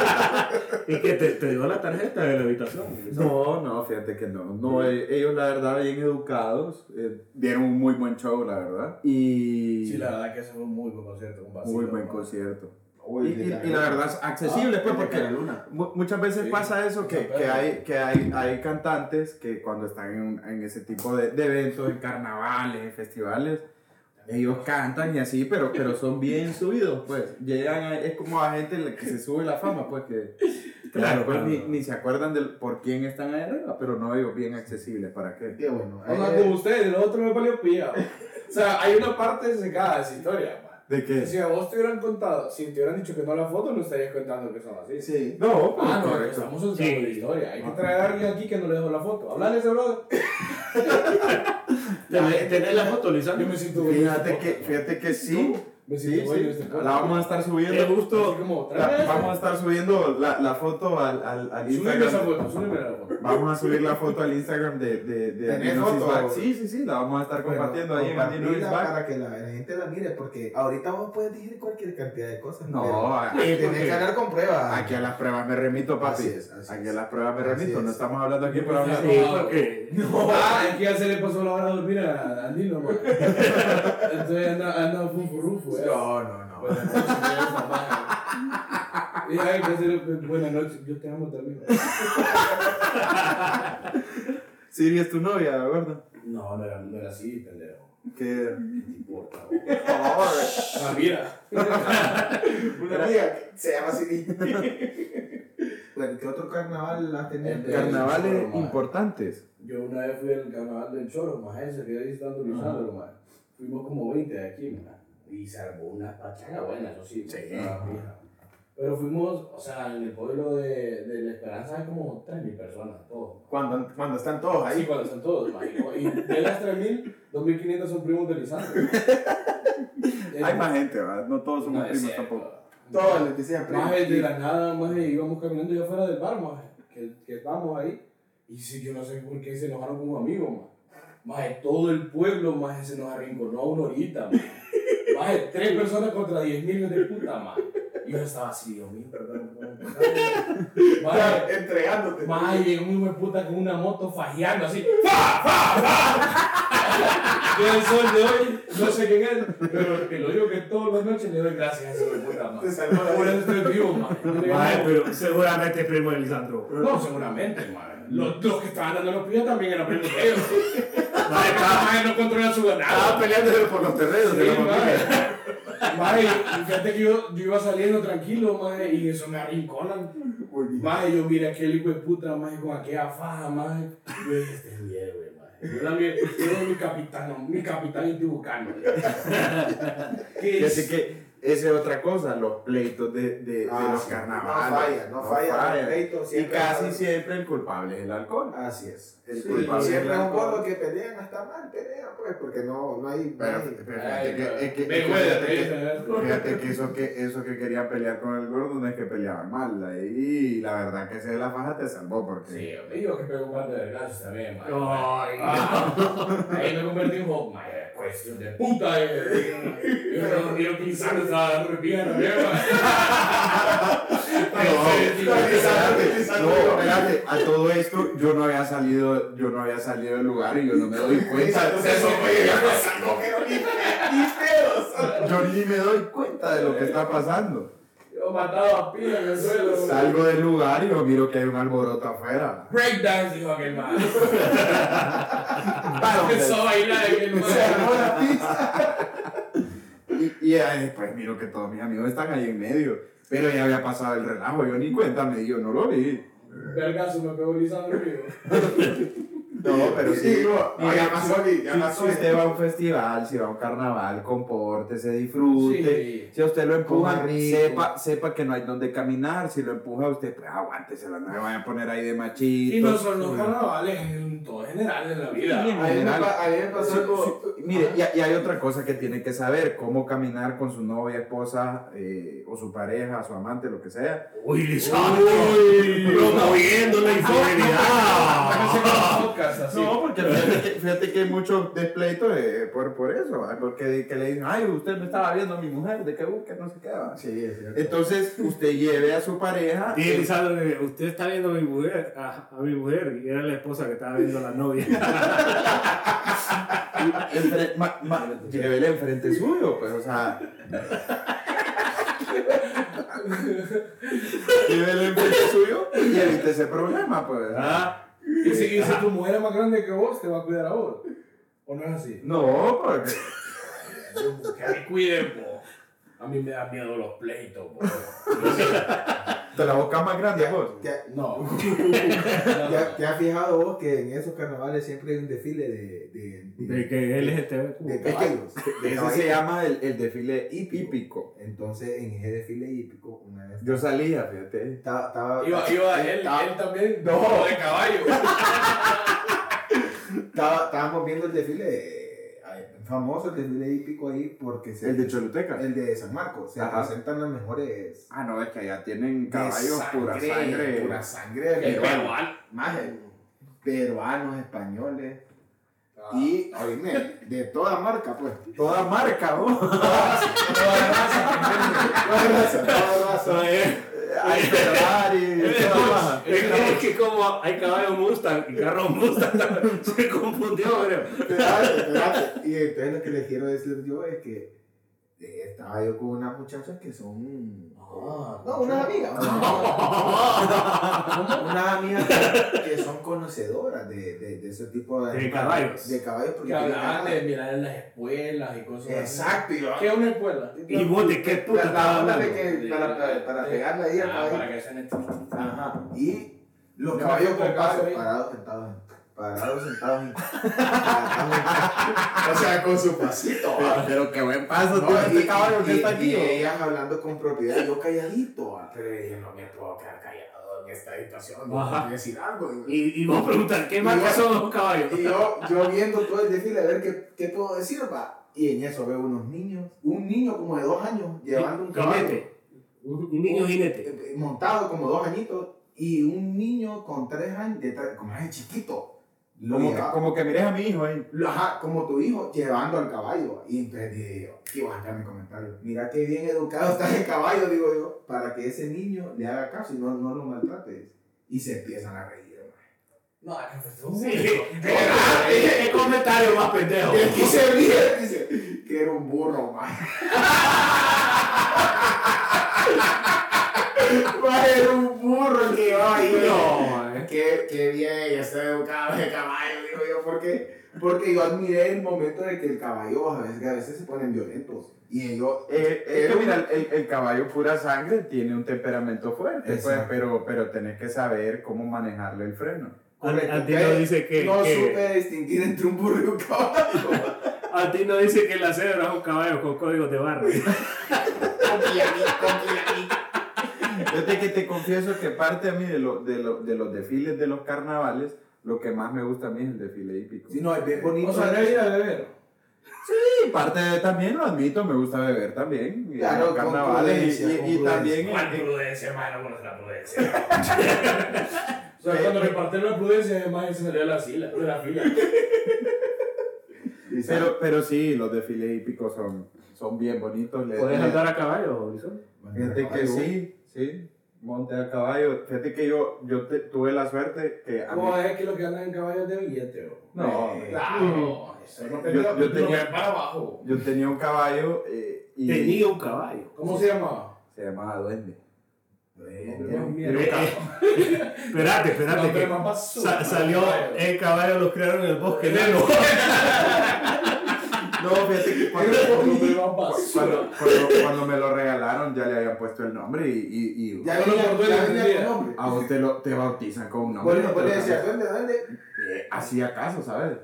[SPEAKER 1] Y que te, te dio la tarjeta de la habitación.
[SPEAKER 3] No, no, fíjate que no. No, eh, ellos la verdad bien educados, eh, dieron un muy buen show, la verdad. Y
[SPEAKER 4] Sí, la verdad que eso fue un muy buen concierto, un vacío,
[SPEAKER 3] muy buen
[SPEAKER 4] ma.
[SPEAKER 3] concierto.
[SPEAKER 2] Uy,
[SPEAKER 3] Y, y-
[SPEAKER 2] de
[SPEAKER 3] y la verdad es accesible,
[SPEAKER 2] Pues, Ah,
[SPEAKER 3] pues,
[SPEAKER 2] de
[SPEAKER 3] porque
[SPEAKER 2] Caraluna.
[SPEAKER 3] mu- muchas veces
[SPEAKER 4] Sí,
[SPEAKER 3] pasa eso, que,
[SPEAKER 4] muchas
[SPEAKER 3] que,
[SPEAKER 4] veces.
[SPEAKER 3] hay, que hay, hay cantantes que cuando están en, en ese tipo de, de eventos, en carnavales, en festivales, ellos cantan y así, pero, pero son bien subidos, pues. Llegan, a- es como a gente la que se sube la fama, pues, que, que
[SPEAKER 1] Claro, pues,
[SPEAKER 3] después
[SPEAKER 1] claro.
[SPEAKER 3] Ni, ni se acuerdan del por quién están ahí arriba, pero no ellos bien accesibles, ¿para qué?
[SPEAKER 2] Qué bueno.
[SPEAKER 4] O sea,
[SPEAKER 2] eh,
[SPEAKER 4] con ustedes, el otro me valió pía. O sea, hay una parte secada de esa historia, ma.
[SPEAKER 3] ¿De qué?
[SPEAKER 4] Si a vos te hubieran contado, si te hubieran dicho que no la foto, no estarías contando que son así.
[SPEAKER 2] Sí.
[SPEAKER 3] No, pues,
[SPEAKER 4] Ah, no,
[SPEAKER 3] correcto.
[SPEAKER 4] estamos usando
[SPEAKER 1] Sí.
[SPEAKER 4] la historia. Hay que traer a alguien aquí que no le dejó la foto. Hablale ese brother.
[SPEAKER 1] ¿Tenés, tenés la foto,
[SPEAKER 4] Yo
[SPEAKER 1] Lisandro?
[SPEAKER 4] me siento dueño de esta
[SPEAKER 3] Fíjate que,
[SPEAKER 4] foto,
[SPEAKER 3] fíjate que sí,
[SPEAKER 4] ¿no? Me
[SPEAKER 3] sí,
[SPEAKER 4] siento dueño de
[SPEAKER 3] sí,
[SPEAKER 4] este
[SPEAKER 3] la vamos a estar
[SPEAKER 1] Qué
[SPEAKER 3] subiendo.
[SPEAKER 1] gusto.
[SPEAKER 4] Así como, tráeme
[SPEAKER 3] La-
[SPEAKER 4] esa
[SPEAKER 3] vamos a estar subiendo la, la foto al, al, al
[SPEAKER 4] Súbeme esa
[SPEAKER 3] Instagram.
[SPEAKER 4] foto, súbeme la (laughs) foto.
[SPEAKER 3] Vamos a subir la foto al Instagram de, de, de
[SPEAKER 2] ¿Tenés
[SPEAKER 3] Adino
[SPEAKER 2] foto?
[SPEAKER 3] Sisbach. Sí, sí, sí, la vamos a estar compartiendo ahí en Adino
[SPEAKER 2] compartirla
[SPEAKER 3] Sisbach.
[SPEAKER 2] para que la, la gente la mire, porque ahorita vos puedes decir cualquier cantidad de cosas. pero
[SPEAKER 3] No, a-
[SPEAKER 1] Eh,
[SPEAKER 2] tenés
[SPEAKER 1] porque
[SPEAKER 2] que hablar con pruebas.
[SPEAKER 3] aquí a las pruebas me remito, papi.
[SPEAKER 2] Así es, así
[SPEAKER 3] Aquí a
[SPEAKER 2] es.
[SPEAKER 3] las pruebas me
[SPEAKER 2] Así
[SPEAKER 3] remito, no
[SPEAKER 2] es.
[SPEAKER 3] estamos hablando aquí por hablar.
[SPEAKER 1] Sí, porque-
[SPEAKER 4] Ah, es que ya se le pasó la hora de dormir a, a Nino, (laughs) man. Entonces anda, anda fufurufo. eh.
[SPEAKER 2] No, no, no.
[SPEAKER 4] Buenas noches, esa maja. Y, ay, que se le- Buenas noches, yo te amo también.
[SPEAKER 3] Siri es tu novia, ¿de acuerdo?
[SPEAKER 4] No, no era, no era así, pendejo.
[SPEAKER 3] Que...
[SPEAKER 4] ¿Qué te importa,
[SPEAKER 3] Oh,
[SPEAKER 4] Ah, mira.
[SPEAKER 2] Una amiga que se llama así. bueno, ¿qué otro carnaval has tenido?
[SPEAKER 4] El
[SPEAKER 3] carnavales importantes.
[SPEAKER 4] Yo una vez fui al carnaval del Choro, más ese que ahí está dando Lisandro, más. Fuimos como 20 de aquí, más. Y se armó una pachanga buena, eso sí.
[SPEAKER 3] Sí.
[SPEAKER 4] estaba fija. Pero fuimos, o sea, en el pueblo de, de La Esperanza hay como 3.000 personas, todos.
[SPEAKER 2] Cuando, cuando están todos
[SPEAKER 4] Ahí
[SPEAKER 2] ahí.
[SPEAKER 4] cuando están todos, imagino. Y de las 3.000, 2.500 son primos de Lisandro.
[SPEAKER 3] Hay más gente, ¿verdad? No todos somos
[SPEAKER 4] No es
[SPEAKER 3] primos
[SPEAKER 4] cierto.
[SPEAKER 3] tampoco.
[SPEAKER 2] Todos les decían primo.
[SPEAKER 4] Más de la nada, más íbamos caminando ya fuera del bar, más que, que estábamos ahí. Y sí, yo no sé por qué se enojaron con un amigo, más. Más de todo el pueblo, más se nos arrinconó a una horita, más. Más de tres personas contra diez mil de puta, más. Y yo estaba así, Dios mío, perdón, perdón, perdón. Maje,
[SPEAKER 2] Ya, entregándote.
[SPEAKER 4] Más llegó un hijo de puta con una moto fajeando así. ¡Fa! ¡Fa! (laughs) ¡Fa! Que el sol de hoy, no sé quién es, pero te lo digo que todas las noches le doy gracias a ese hijo de puta, ma.
[SPEAKER 2] Te salvó la
[SPEAKER 4] Por
[SPEAKER 2] vida.
[SPEAKER 4] eso estoy vivo, ma. Yo le
[SPEAKER 1] Mae,
[SPEAKER 4] digo,
[SPEAKER 1] pero seguramente es primo de Lisandro.
[SPEAKER 4] No, seguramente, ma. Los, los que estaban dando los pillos también eran primos de ellos.
[SPEAKER 1] Mae, estaba-
[SPEAKER 4] Más no controlan su ganado.
[SPEAKER 3] Ah,
[SPEAKER 2] Estaba peleándose por los terrenos de la
[SPEAKER 4] Sí,
[SPEAKER 2] familia.
[SPEAKER 4] ma. Ma, y fíjate que yo, yo iba saliendo tranquilo, ma, y eso me arrinconan.
[SPEAKER 2] Muy bien.
[SPEAKER 4] Maje, yo mira aquel hijo de puta, maje, con aquella faja, maje. Yo dije, este es mi héroe, maje. Yo era mi, yo era mi capitán, mi capitán intibucano.
[SPEAKER 3] (laughs)
[SPEAKER 4] ¿Qué
[SPEAKER 3] Y así que esa es otra cosa, los pleitos de, de,
[SPEAKER 2] Ah,
[SPEAKER 3] de los
[SPEAKER 2] sí.
[SPEAKER 3] carnavales.
[SPEAKER 2] No falla, no falla, los pleitos
[SPEAKER 3] y
[SPEAKER 2] siempre
[SPEAKER 3] casi
[SPEAKER 2] son-
[SPEAKER 3] siempre el culpable es el alcohol.
[SPEAKER 2] Así es. El
[SPEAKER 3] Sí,
[SPEAKER 2] culpable
[SPEAKER 3] siempre
[SPEAKER 2] es
[SPEAKER 3] es
[SPEAKER 2] un
[SPEAKER 3] un
[SPEAKER 2] gordo
[SPEAKER 3] gordo
[SPEAKER 2] que pelea, no está mal, pelea, pues, porque no, no hay.
[SPEAKER 3] Pero,
[SPEAKER 2] no hay-
[SPEAKER 3] pero
[SPEAKER 4] Ay,
[SPEAKER 3] fíjate que, es que-
[SPEAKER 4] me
[SPEAKER 3] es que
[SPEAKER 4] huele,
[SPEAKER 3] fíjate
[SPEAKER 4] me
[SPEAKER 3] que-
[SPEAKER 4] huele.
[SPEAKER 3] fíjate que eso que eso que querían pelear con el gordo no es que peleaban mal. ahí la verdad que ese de la faja te salvó porque
[SPEAKER 4] Sí, me digo que pego un par de vergazos también, maje.
[SPEAKER 1] Ay,
[SPEAKER 4] Ah, ahí me convertí en Hulk, maje. Cuestión de puta, eh. Yo, yo, yo pisando esa rupia también, maje.
[SPEAKER 3] No,
[SPEAKER 2] no, Lisandro, Lisandro, no.
[SPEAKER 3] No, espérate, a todo esto yo no había salido, yo no había salido del lugar y yo no me doy cuenta.
[SPEAKER 2] Entonces, eso fue ya pasando, pero ni, ni pedos.
[SPEAKER 3] Yo ni me doy cuenta de lo que está pasando.
[SPEAKER 4] Yo mataba a pila en el suelo. maje.
[SPEAKER 3] Salgo del lugar y yo miro que hay un alboroto afuera.
[SPEAKER 4] Breakdance, dijo aquel maje.
[SPEAKER 3] Para donde-
[SPEAKER 4] Empezó a bailar aquel
[SPEAKER 3] Se
[SPEAKER 4] maje.
[SPEAKER 3] armó la pizza. Y, y ahí después miro que todos mis amigos están ahí en medio. Pero ya había pasado el relajo, yo ni cuenta me di, yo no lo vi.
[SPEAKER 4] Vergazo, me pegó Lisandro, amigo.
[SPEAKER 3] No, pero sí.
[SPEAKER 2] Y no,
[SPEAKER 3] Mira,
[SPEAKER 2] ya pasó, y ya
[SPEAKER 3] si-
[SPEAKER 2] pasó.
[SPEAKER 3] Si usted va a un festival, si va a un carnaval, comporte, se disfrute.
[SPEAKER 4] Sí.
[SPEAKER 3] Si a usted lo empuja,
[SPEAKER 2] Coma rico.
[SPEAKER 3] sepa, sepa que no hay dónde caminar. Si lo empuja, usted, pues aguántesela, no me vaya a poner ahí de machito.
[SPEAKER 4] Y no son los carnavales en todo general en la
[SPEAKER 3] Sí,
[SPEAKER 4] vida.
[SPEAKER 2] A mí me pa- a mí me
[SPEAKER 3] Sí,
[SPEAKER 2] pasó con.
[SPEAKER 3] sí, Mire, y, y hay otra cosa que tiene que saber, cómo caminar con su novia, esposa, eh, o su pareja, su amante, lo que sea.
[SPEAKER 1] Uy, Lisandro. Promoviendo la infidelidad.
[SPEAKER 3] No, porque fíjate que, fíjate que hay muchos despleitos eh, por, por eso, ¿va? porque de- que le dicen, ay, usted no estaba viendo a mi mujer, de qué busca, no se queda.
[SPEAKER 2] Sí, es cierto.
[SPEAKER 3] Entonces, usted lleve a su pareja.
[SPEAKER 1] Dije, Lisandro, usted está viendo a mi mujer, a, a mi mujer, y era la esposa que estaba viendo a la novia.
[SPEAKER 3] Entre, ma- ma- llévele enfrente suyo, pues, o sea. llévele enfrente suyo y evite ese problema, pues.
[SPEAKER 1] Ah.
[SPEAKER 3] ¿verdad?
[SPEAKER 4] Y si, y si tu mujer es más grande que vos, te va a cuidar a vos. ¿O no es así?
[SPEAKER 3] No, porque.
[SPEAKER 4] Que me cuiden, po. A mí me dan miedo los pleitos, po.
[SPEAKER 3] Te la buscas más grande a vos.
[SPEAKER 2] ¿Te,
[SPEAKER 4] (laughs) No.
[SPEAKER 2] te- te has fijado vos que en esos carnavales siempre hay un desfile de. de,
[SPEAKER 1] De que él es este.
[SPEAKER 2] de caballos? de
[SPEAKER 3] Eso
[SPEAKER 2] caballos.
[SPEAKER 3] se llama el, el desfile hípico.
[SPEAKER 2] Entonces, en ese desfile hípico, una vez.
[SPEAKER 3] Yo salía, fíjate.
[SPEAKER 2] Estaba. estaba
[SPEAKER 4] Iba, iba él, él también. No, de (laughs) caballo.
[SPEAKER 2] Estaba- estábamos viendo el desfile eh, famoso, el desfile hípico ahí, porque se-
[SPEAKER 3] El de Choluteca.
[SPEAKER 2] el de San Marcos. Se
[SPEAKER 3] Ajá.
[SPEAKER 2] presentan las mejores.
[SPEAKER 3] Ah, no, es que allá tienen caballos
[SPEAKER 2] de
[SPEAKER 3] pura sangre.
[SPEAKER 2] Pura sangre.
[SPEAKER 4] El
[SPEAKER 2] peruana.
[SPEAKER 4] peruano.
[SPEAKER 2] Más el- peruanos, españoles.
[SPEAKER 4] Ah.
[SPEAKER 2] Y, oíme, de toda marca, pues.
[SPEAKER 3] Toda marca, vos.
[SPEAKER 4] Toda raza.
[SPEAKER 2] Toda raza, toda raza.
[SPEAKER 3] Hay Ferrari, toda baja.
[SPEAKER 1] Es que como hay caballo Mustang y carro Mustang, se confundió, pero.
[SPEAKER 2] Espérate, espérate. Y entonces lo que les quiero decir yo es que eh, estaba yo con unas muchachas que son.
[SPEAKER 4] Ah.
[SPEAKER 2] No, unas amigas. unas Ah, amigas. Unas amigas que, que son conocedoras de, de, de ese tipo de.
[SPEAKER 1] De caballos.
[SPEAKER 2] De caballos porque
[SPEAKER 4] Que hablaban de
[SPEAKER 2] tienen-
[SPEAKER 4] mirar en las espuelas y cosas así.
[SPEAKER 2] Exacto. Y yo,
[SPEAKER 4] ¿Qué es una espuela?
[SPEAKER 1] ¿Y vos de qué puta
[SPEAKER 2] La- la
[SPEAKER 1] estabas
[SPEAKER 2] onda de
[SPEAKER 1] hablando?
[SPEAKER 2] que para, para, para pegarle ahí al
[SPEAKER 4] Ah,
[SPEAKER 2] caballo.
[SPEAKER 4] para que sean estos.
[SPEAKER 2] Ajá. Y los
[SPEAKER 4] Los
[SPEAKER 2] caballos
[SPEAKER 4] caballos
[SPEAKER 2] con
[SPEAKER 4] pegados
[SPEAKER 2] pasos
[SPEAKER 4] ahí.
[SPEAKER 2] parados sentados. en- parados sentados. en- (laughs) o sea, con
[SPEAKER 3] (laughs)
[SPEAKER 2] su pasito. ¿va?
[SPEAKER 3] Pero qué buen paso,
[SPEAKER 2] No,
[SPEAKER 3] tío, este
[SPEAKER 2] y-
[SPEAKER 3] cabrón que
[SPEAKER 2] y-
[SPEAKER 3] está
[SPEAKER 2] Y
[SPEAKER 3] aquí. ¿o?
[SPEAKER 2] ellas hablando con propiedad, yo calladito. ah. ¿va? Pero yo no me puedo quedar callado en esta situación. No
[SPEAKER 1] Ajá.
[SPEAKER 2] puedo decir algo. Y,
[SPEAKER 1] Y, y vos preguntar, ¿qué
[SPEAKER 2] Y
[SPEAKER 1] marca
[SPEAKER 2] vos-
[SPEAKER 1] son los caballos?
[SPEAKER 2] y yo, yo viendo todo el desfile a ver qué, qué puedo decir, va. Y en eso veo unos niños, un niño como de dos años llevando un caballo.
[SPEAKER 1] Jinete. Un un niño jinete.
[SPEAKER 2] eh, montado como dos añitos y un niño con tres años, de tres- como es chiquito, lo
[SPEAKER 3] Como que,
[SPEAKER 2] lleva-
[SPEAKER 3] como que eh, mires a mi hijo ahí.
[SPEAKER 2] lo- ajá, como tu hijo llevando al caballo. Y entonces dije yo, ¿qué vas a entrar en mi comentario? Mira qué bien educado (laughs) está el caballo, digo yo, para que ese niño le haga caso y no, no lo maltrate. Y se empiezan a reír. hermano.
[SPEAKER 4] No, acá fue
[SPEAKER 1] Sí.
[SPEAKER 2] Ah,
[SPEAKER 1] ¿Qué comentario más pendejo?
[SPEAKER 2] (laughs) Y el que se ríe dice que era un burro, más. era un burro el que va ahí.
[SPEAKER 1] No,
[SPEAKER 2] (laughs)
[SPEAKER 1] eh.
[SPEAKER 2] Qué, qué bien, yo soy educado de caballo, digo yo, porque, porque yo admiré el momento de que el caballo, a veces, que a veces se ponen violentos. Y yo,
[SPEAKER 3] Eh, es
[SPEAKER 2] Era
[SPEAKER 3] que mira, el, el caballo pura sangre tiene un temperamento fuerte, pues,
[SPEAKER 2] Exacto.
[SPEAKER 3] pero, pero tenés que saber cómo manejarle el freno.
[SPEAKER 2] correcto,
[SPEAKER 1] Antino
[SPEAKER 2] que
[SPEAKER 1] dice que,
[SPEAKER 2] no
[SPEAKER 1] que-
[SPEAKER 2] supe distinguir entre un burro y un caballo.
[SPEAKER 1] Antino dice que la cebra es un caballo con códigos de barra.
[SPEAKER 2] Eh,
[SPEAKER 3] Fíjate que te confieso que parte a mí de, lo- de, lo- de los desfiles de los carnavales, lo que más me gusta a mí es el desfile hípico.
[SPEAKER 2] si no, es bien bonito.
[SPEAKER 4] O sea, no ir a beber.
[SPEAKER 3] Sí, parte de- también lo admito, me gusta beber también. y
[SPEAKER 2] Claro,
[SPEAKER 3] los
[SPEAKER 2] con
[SPEAKER 3] carnavales y-
[SPEAKER 2] prudencia,
[SPEAKER 3] y, y
[SPEAKER 2] con
[SPEAKER 3] también...
[SPEAKER 4] ¿Cuál
[SPEAKER 3] eh,
[SPEAKER 4] prudencia, hermano? ¿Cuál es la prudencia? (laughs) O sea, cuando repartieron la prudencia, además se salió de la fila. De la fila.
[SPEAKER 2] Y sabe,
[SPEAKER 3] pero, pero sí, los desfiles hípicos son, son bien bonitos. le-
[SPEAKER 2] eh.
[SPEAKER 1] ¿Podés
[SPEAKER 3] le-
[SPEAKER 1] andar a caballo, Horizonte?
[SPEAKER 3] Fíjate que sí, sí. Monte a caballo. Fíjate que yo, yo te- tuve la suerte que a mí-
[SPEAKER 4] No, es que lo que andan en caballos de billete, bro.
[SPEAKER 3] No,
[SPEAKER 2] Eh,
[SPEAKER 4] Claro, eso no tenía.
[SPEAKER 3] Yo- yo
[SPEAKER 4] lo
[SPEAKER 3] tenía-
[SPEAKER 4] que para abajo.
[SPEAKER 3] yo tenía un caballo eh, y
[SPEAKER 1] Tenía un caballo.
[SPEAKER 4] ¿Cómo se llamaba?
[SPEAKER 3] se llamaba Duende.
[SPEAKER 4] Eh,
[SPEAKER 2] Bueno,
[SPEAKER 1] Era un caballo. Espérate, espérate.
[SPEAKER 4] No,
[SPEAKER 1] que
[SPEAKER 4] pero más basura,
[SPEAKER 1] sa-
[SPEAKER 4] más
[SPEAKER 1] salió
[SPEAKER 4] caballo.
[SPEAKER 1] el caballo, los crearon en el bosque
[SPEAKER 2] (laughs)
[SPEAKER 1] negro.
[SPEAKER 3] No, fíjate que cuando,
[SPEAKER 4] Cuando,
[SPEAKER 3] cuando, cuando- cuando me lo regalaron ya le habían puesto el nombre y, y- y-
[SPEAKER 2] Ya
[SPEAKER 4] Solo
[SPEAKER 2] venía,
[SPEAKER 4] por duende
[SPEAKER 2] ya venía
[SPEAKER 4] vendía.
[SPEAKER 2] con nombre.
[SPEAKER 3] a vos te, lo, te bautizan con un nombre.
[SPEAKER 2] Bueno, pues le
[SPEAKER 3] pero
[SPEAKER 2] decía,
[SPEAKER 3] también-
[SPEAKER 2] ¿dónde, dónde?
[SPEAKER 3] eh, hacía caso, ¿sabes?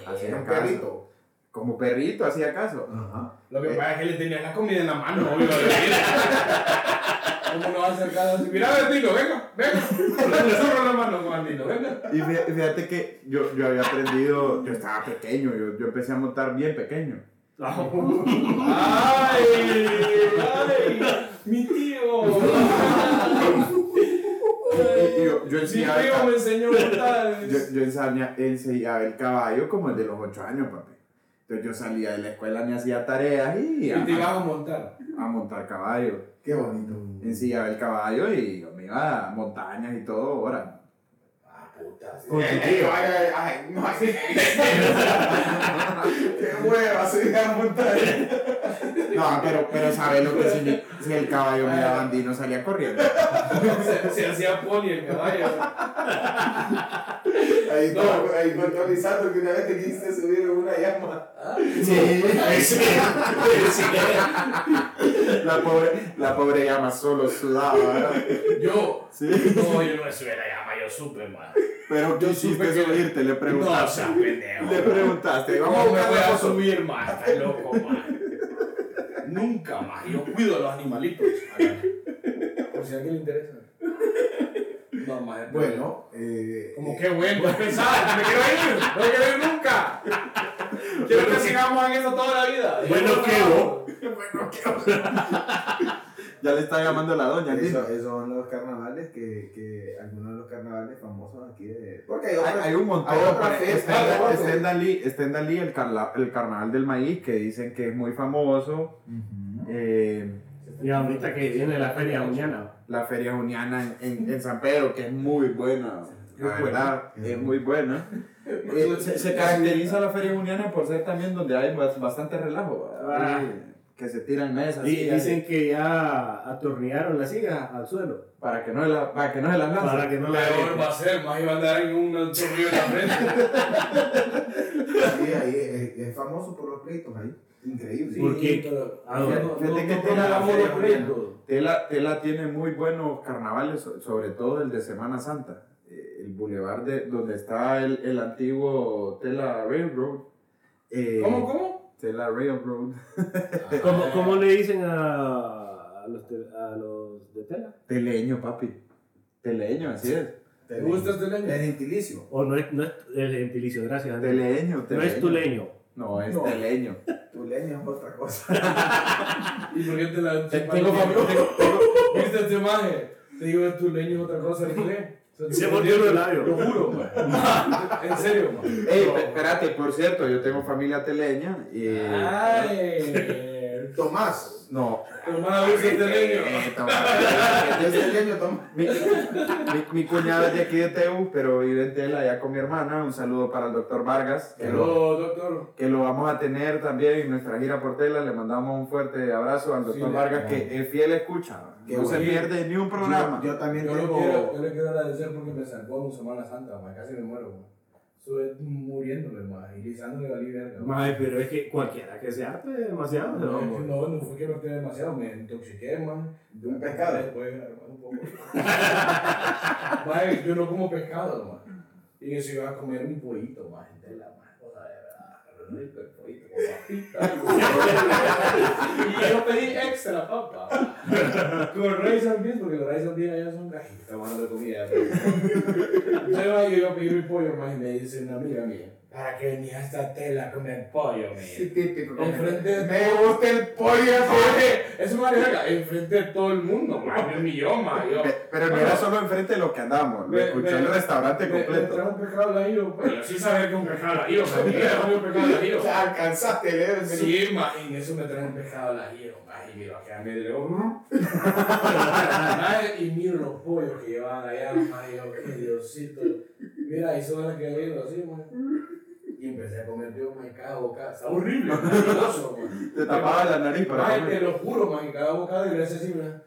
[SPEAKER 2] Era
[SPEAKER 3] Hacía
[SPEAKER 2] un
[SPEAKER 3] caso.
[SPEAKER 2] perrito.
[SPEAKER 3] Como perrito hacía caso.
[SPEAKER 2] Ajá.
[SPEAKER 4] Lo que pasa es que le tenían la comida en la mano, obvio. (laughs) ¿Cómo no va a hacer caso? Mira, Bertino, venga, (laughs) venga. Le zurro la mano con Bertino, venga.
[SPEAKER 3] Y fí- fíjate que yo, yo había aprendido, yo estaba pequeño, yo, yo empecé a montar bien pequeño.
[SPEAKER 2] Ah,
[SPEAKER 4] ¡Ay! ¡Ay! ¡Mi tío!
[SPEAKER 3] Eh, Y- y yo, yo
[SPEAKER 4] Mi
[SPEAKER 3] enseñaba, el
[SPEAKER 4] tío me
[SPEAKER 3] ca-
[SPEAKER 4] enseñó a montar.
[SPEAKER 3] yo, yo ensaña- enseñaba el caballo como el de los 8 años, papi. Entonces yo salía de la escuela, me hacía tareas y a,
[SPEAKER 4] Y te ibas a montar.
[SPEAKER 3] a montar caballo.
[SPEAKER 2] Qué bonito.
[SPEAKER 3] Ensillaba el caballo y yo me iba a montañas y todo, ahora.
[SPEAKER 2] Ah, puta. sí.
[SPEAKER 1] Con tu
[SPEAKER 2] Eh,
[SPEAKER 1] tío.
[SPEAKER 2] eh, ay, ay, ay, no, así. Qué hueva, se (laughs) la montaña.
[SPEAKER 3] No, pero, pero sabes lo que si, si el caballo me daba andino salía corriendo.
[SPEAKER 4] Se, se hacía poli el caballo.
[SPEAKER 2] Ahí está, ahí contó Lisandro que una vez te quisiste subir en una llama.
[SPEAKER 3] Sí, La pobre, la pobre llama solo sudaba, ¿verdad?
[SPEAKER 4] Yo.
[SPEAKER 3] Sí.
[SPEAKER 4] No, yo no me subí a la llama, yo supe, man.
[SPEAKER 3] Pero
[SPEAKER 4] Yo
[SPEAKER 3] quisiste
[SPEAKER 4] supe que-
[SPEAKER 3] subirte, le
[SPEAKER 4] No, o
[SPEAKER 3] preguntaste.
[SPEAKER 4] sea, pendejo.
[SPEAKER 3] Le preguntaste, vamos a
[SPEAKER 4] ¿Cómo me
[SPEAKER 3] buscar
[SPEAKER 4] voy
[SPEAKER 3] la
[SPEAKER 4] a
[SPEAKER 3] foto.
[SPEAKER 4] subir más? Estás loco, más. Nunca más. Yo cuido a los animalitos. Por si a alguien le interesa. No, más.
[SPEAKER 2] Bueno, Ah, eh.
[SPEAKER 4] Como que bueno, qué pesado. Me quiero ir. No quiero
[SPEAKER 1] (laughs)
[SPEAKER 4] ir nunca. Quiero que sigamos en eso toda la vida.
[SPEAKER 1] Bueno, ¿qué, vos?
[SPEAKER 2] bueno, qué
[SPEAKER 3] Ya le está llamando la doña,
[SPEAKER 2] Eso,
[SPEAKER 3] Nino.
[SPEAKER 2] esos son los carnavales que, que algunos de los carnavales famosos aquí de. Porque hay
[SPEAKER 3] Hay,
[SPEAKER 2] otros.
[SPEAKER 3] hay un montón.
[SPEAKER 2] Hay otra
[SPEAKER 3] por-
[SPEAKER 2] fiesta,
[SPEAKER 3] está-
[SPEAKER 2] hay otra.
[SPEAKER 3] está en Dalí- Está en Dalí el, carla- el carnaval del maíz, que dicen que es muy famoso. Eh,
[SPEAKER 1] Y ahorita que viene la feria mañana.
[SPEAKER 3] la feria juniana en, en- en San Pedro, que es muy buena. La
[SPEAKER 1] Es
[SPEAKER 3] verdad,
[SPEAKER 2] buena.
[SPEAKER 3] es
[SPEAKER 2] (laughs)
[SPEAKER 3] muy buena. Eh, se, se caracteriza la feria juniana por ser también donde hay bas- bastante relajo. ¿va?
[SPEAKER 1] Ah.
[SPEAKER 3] Eh, Que se tiran mesas.
[SPEAKER 1] Di-
[SPEAKER 3] sillas,
[SPEAKER 1] Dicen que ya atornillaron las sillas al suelo.
[SPEAKER 3] para, que no la, para que no se las
[SPEAKER 2] Ah,
[SPEAKER 3] lancen.
[SPEAKER 1] Para que no la
[SPEAKER 4] Peor va a ser, más iba a andar en un chorrillo en la frente.
[SPEAKER 2] Sí, ahí es, es famoso por los pleitos ahí. Increíble.
[SPEAKER 1] (laughs) Sí. ¿Por qué? Ah,
[SPEAKER 3] Fíjate-
[SPEAKER 1] no,
[SPEAKER 3] fíjate que Tela- Tela- Tela, Tela tiene muy buenos carnavales, so- sobre todo el de Semana Santa. Eh, El bulevar de- donde está el, el antiguo Tela Railroad. eh,
[SPEAKER 4] ¿Cómo, cómo?
[SPEAKER 3] Tela Railroad.
[SPEAKER 1] Ah. ¿Cómo, cómo le dicen a, a los, te- a los de tela?
[SPEAKER 3] Teleño, papi. Teleño, así es.
[SPEAKER 4] ¿Te gusta este leño?
[SPEAKER 2] Es gentilísimo.
[SPEAKER 1] O no es, no es el gentilicio, gracias. Andrés.
[SPEAKER 3] Teleño,
[SPEAKER 1] No es tuleño.
[SPEAKER 3] No, es
[SPEAKER 2] No.
[SPEAKER 3] teleño.
[SPEAKER 2] Tu leña es otra cosa. (laughs)
[SPEAKER 4] ¿Y por qué te la
[SPEAKER 3] Te-
[SPEAKER 4] chupas?
[SPEAKER 3] tengo fam-
[SPEAKER 4] (laughs) ¿Viste este maje? Te digo, es tu leño es otra cosa, ¿no qué?
[SPEAKER 1] Se mordió los labios.
[SPEAKER 4] Lo
[SPEAKER 1] (laughs)
[SPEAKER 4] juro, man. En serio, pues. man.
[SPEAKER 3] Ey, pe- espérate, por cierto, yo tengo familia teleña y...
[SPEAKER 4] Ah. Ay.
[SPEAKER 2] Tomás.
[SPEAKER 3] No,
[SPEAKER 4] Tomás, ¿viste este leño?
[SPEAKER 3] eh, toma.
[SPEAKER 2] Es el leño, Tomás.
[SPEAKER 3] mi, mi- mi cuñado es de aquí de Teu, pero vive en Tela ya con mi hermana. Un saludo para el doctor Vargas, que lo,
[SPEAKER 4] Pero, doctor.
[SPEAKER 3] que lo vamos a tener también en nuestra gira por Tela. Le mandamos un fuerte abrazo al doctor
[SPEAKER 4] Sí,
[SPEAKER 3] Vargas,
[SPEAKER 2] le-
[SPEAKER 3] que es fiel escucha.
[SPEAKER 2] Qué
[SPEAKER 3] no se
[SPEAKER 4] bonito.
[SPEAKER 3] pierde ni un programa.
[SPEAKER 2] Yo, yo también
[SPEAKER 4] Yo, lo
[SPEAKER 2] tengo.
[SPEAKER 4] quiero, yo le quiero agradecer porque me salvó en Semana Santa, man. Casi me muero, man. Estuve muriéndome, man. Y Lisandro me valí verga, man.
[SPEAKER 1] Mae, pero es que cualquiera que se arte demasiado.
[SPEAKER 4] No,
[SPEAKER 1] ¿no?
[SPEAKER 4] no, no fue que me quedé demasiado, me intoxiqué, man.
[SPEAKER 2] pues. De un pescado.
[SPEAKER 4] Después, hermano, un poco. (laughs) Mae, yo no como pescado, man. Y yo se iba a comer un pollito, man, de la man. O sea, de verdad, rico el pollito con papita. y yo pedí extra papa. Con rice and beans, porque los rice and beans allá son cajitas, man, de comida. Entonces, mae, yo iba a pedir mi pollo, man, y me dice una amiga mía, ¿para qué venía a esta tela a comer pollo, mía?
[SPEAKER 2] Sí, típico. como-
[SPEAKER 4] Enfrente de-
[SPEAKER 2] Me gusta el pollo.
[SPEAKER 4] Es una verga, enfrente de todo el mundo, man, me humilló, man. Yo,
[SPEAKER 3] Pe- Pero no era solo enfrente de los que andamos, lo
[SPEAKER 4] Me-
[SPEAKER 3] escuchó
[SPEAKER 4] me-
[SPEAKER 3] el restaurante
[SPEAKER 4] Me- me
[SPEAKER 3] completo.
[SPEAKER 4] trae un pescado laído, pues. Yo sí sabía que un pescado laído, pero me trae un pescado laído.
[SPEAKER 3] (laughs)
[SPEAKER 2] Alcanzaste el leer.
[SPEAKER 4] Sí, ma, y en eso me trae un pescado laído, ma, y miro que a medio de ojo. Y miro los pollos que llevaban allá, ma, y yo, qué Diosito. Mira, y solo me quedé viendo así, ma. Y empecé a comer yo, ma, y cada bocada. Está horrible, ma, asqueroso, ma.
[SPEAKER 3] Te tapaba la nariz para
[SPEAKER 4] Ay,
[SPEAKER 3] comer.
[SPEAKER 4] te lo juro, man, que cada bocado y gracias así, man. (laughs)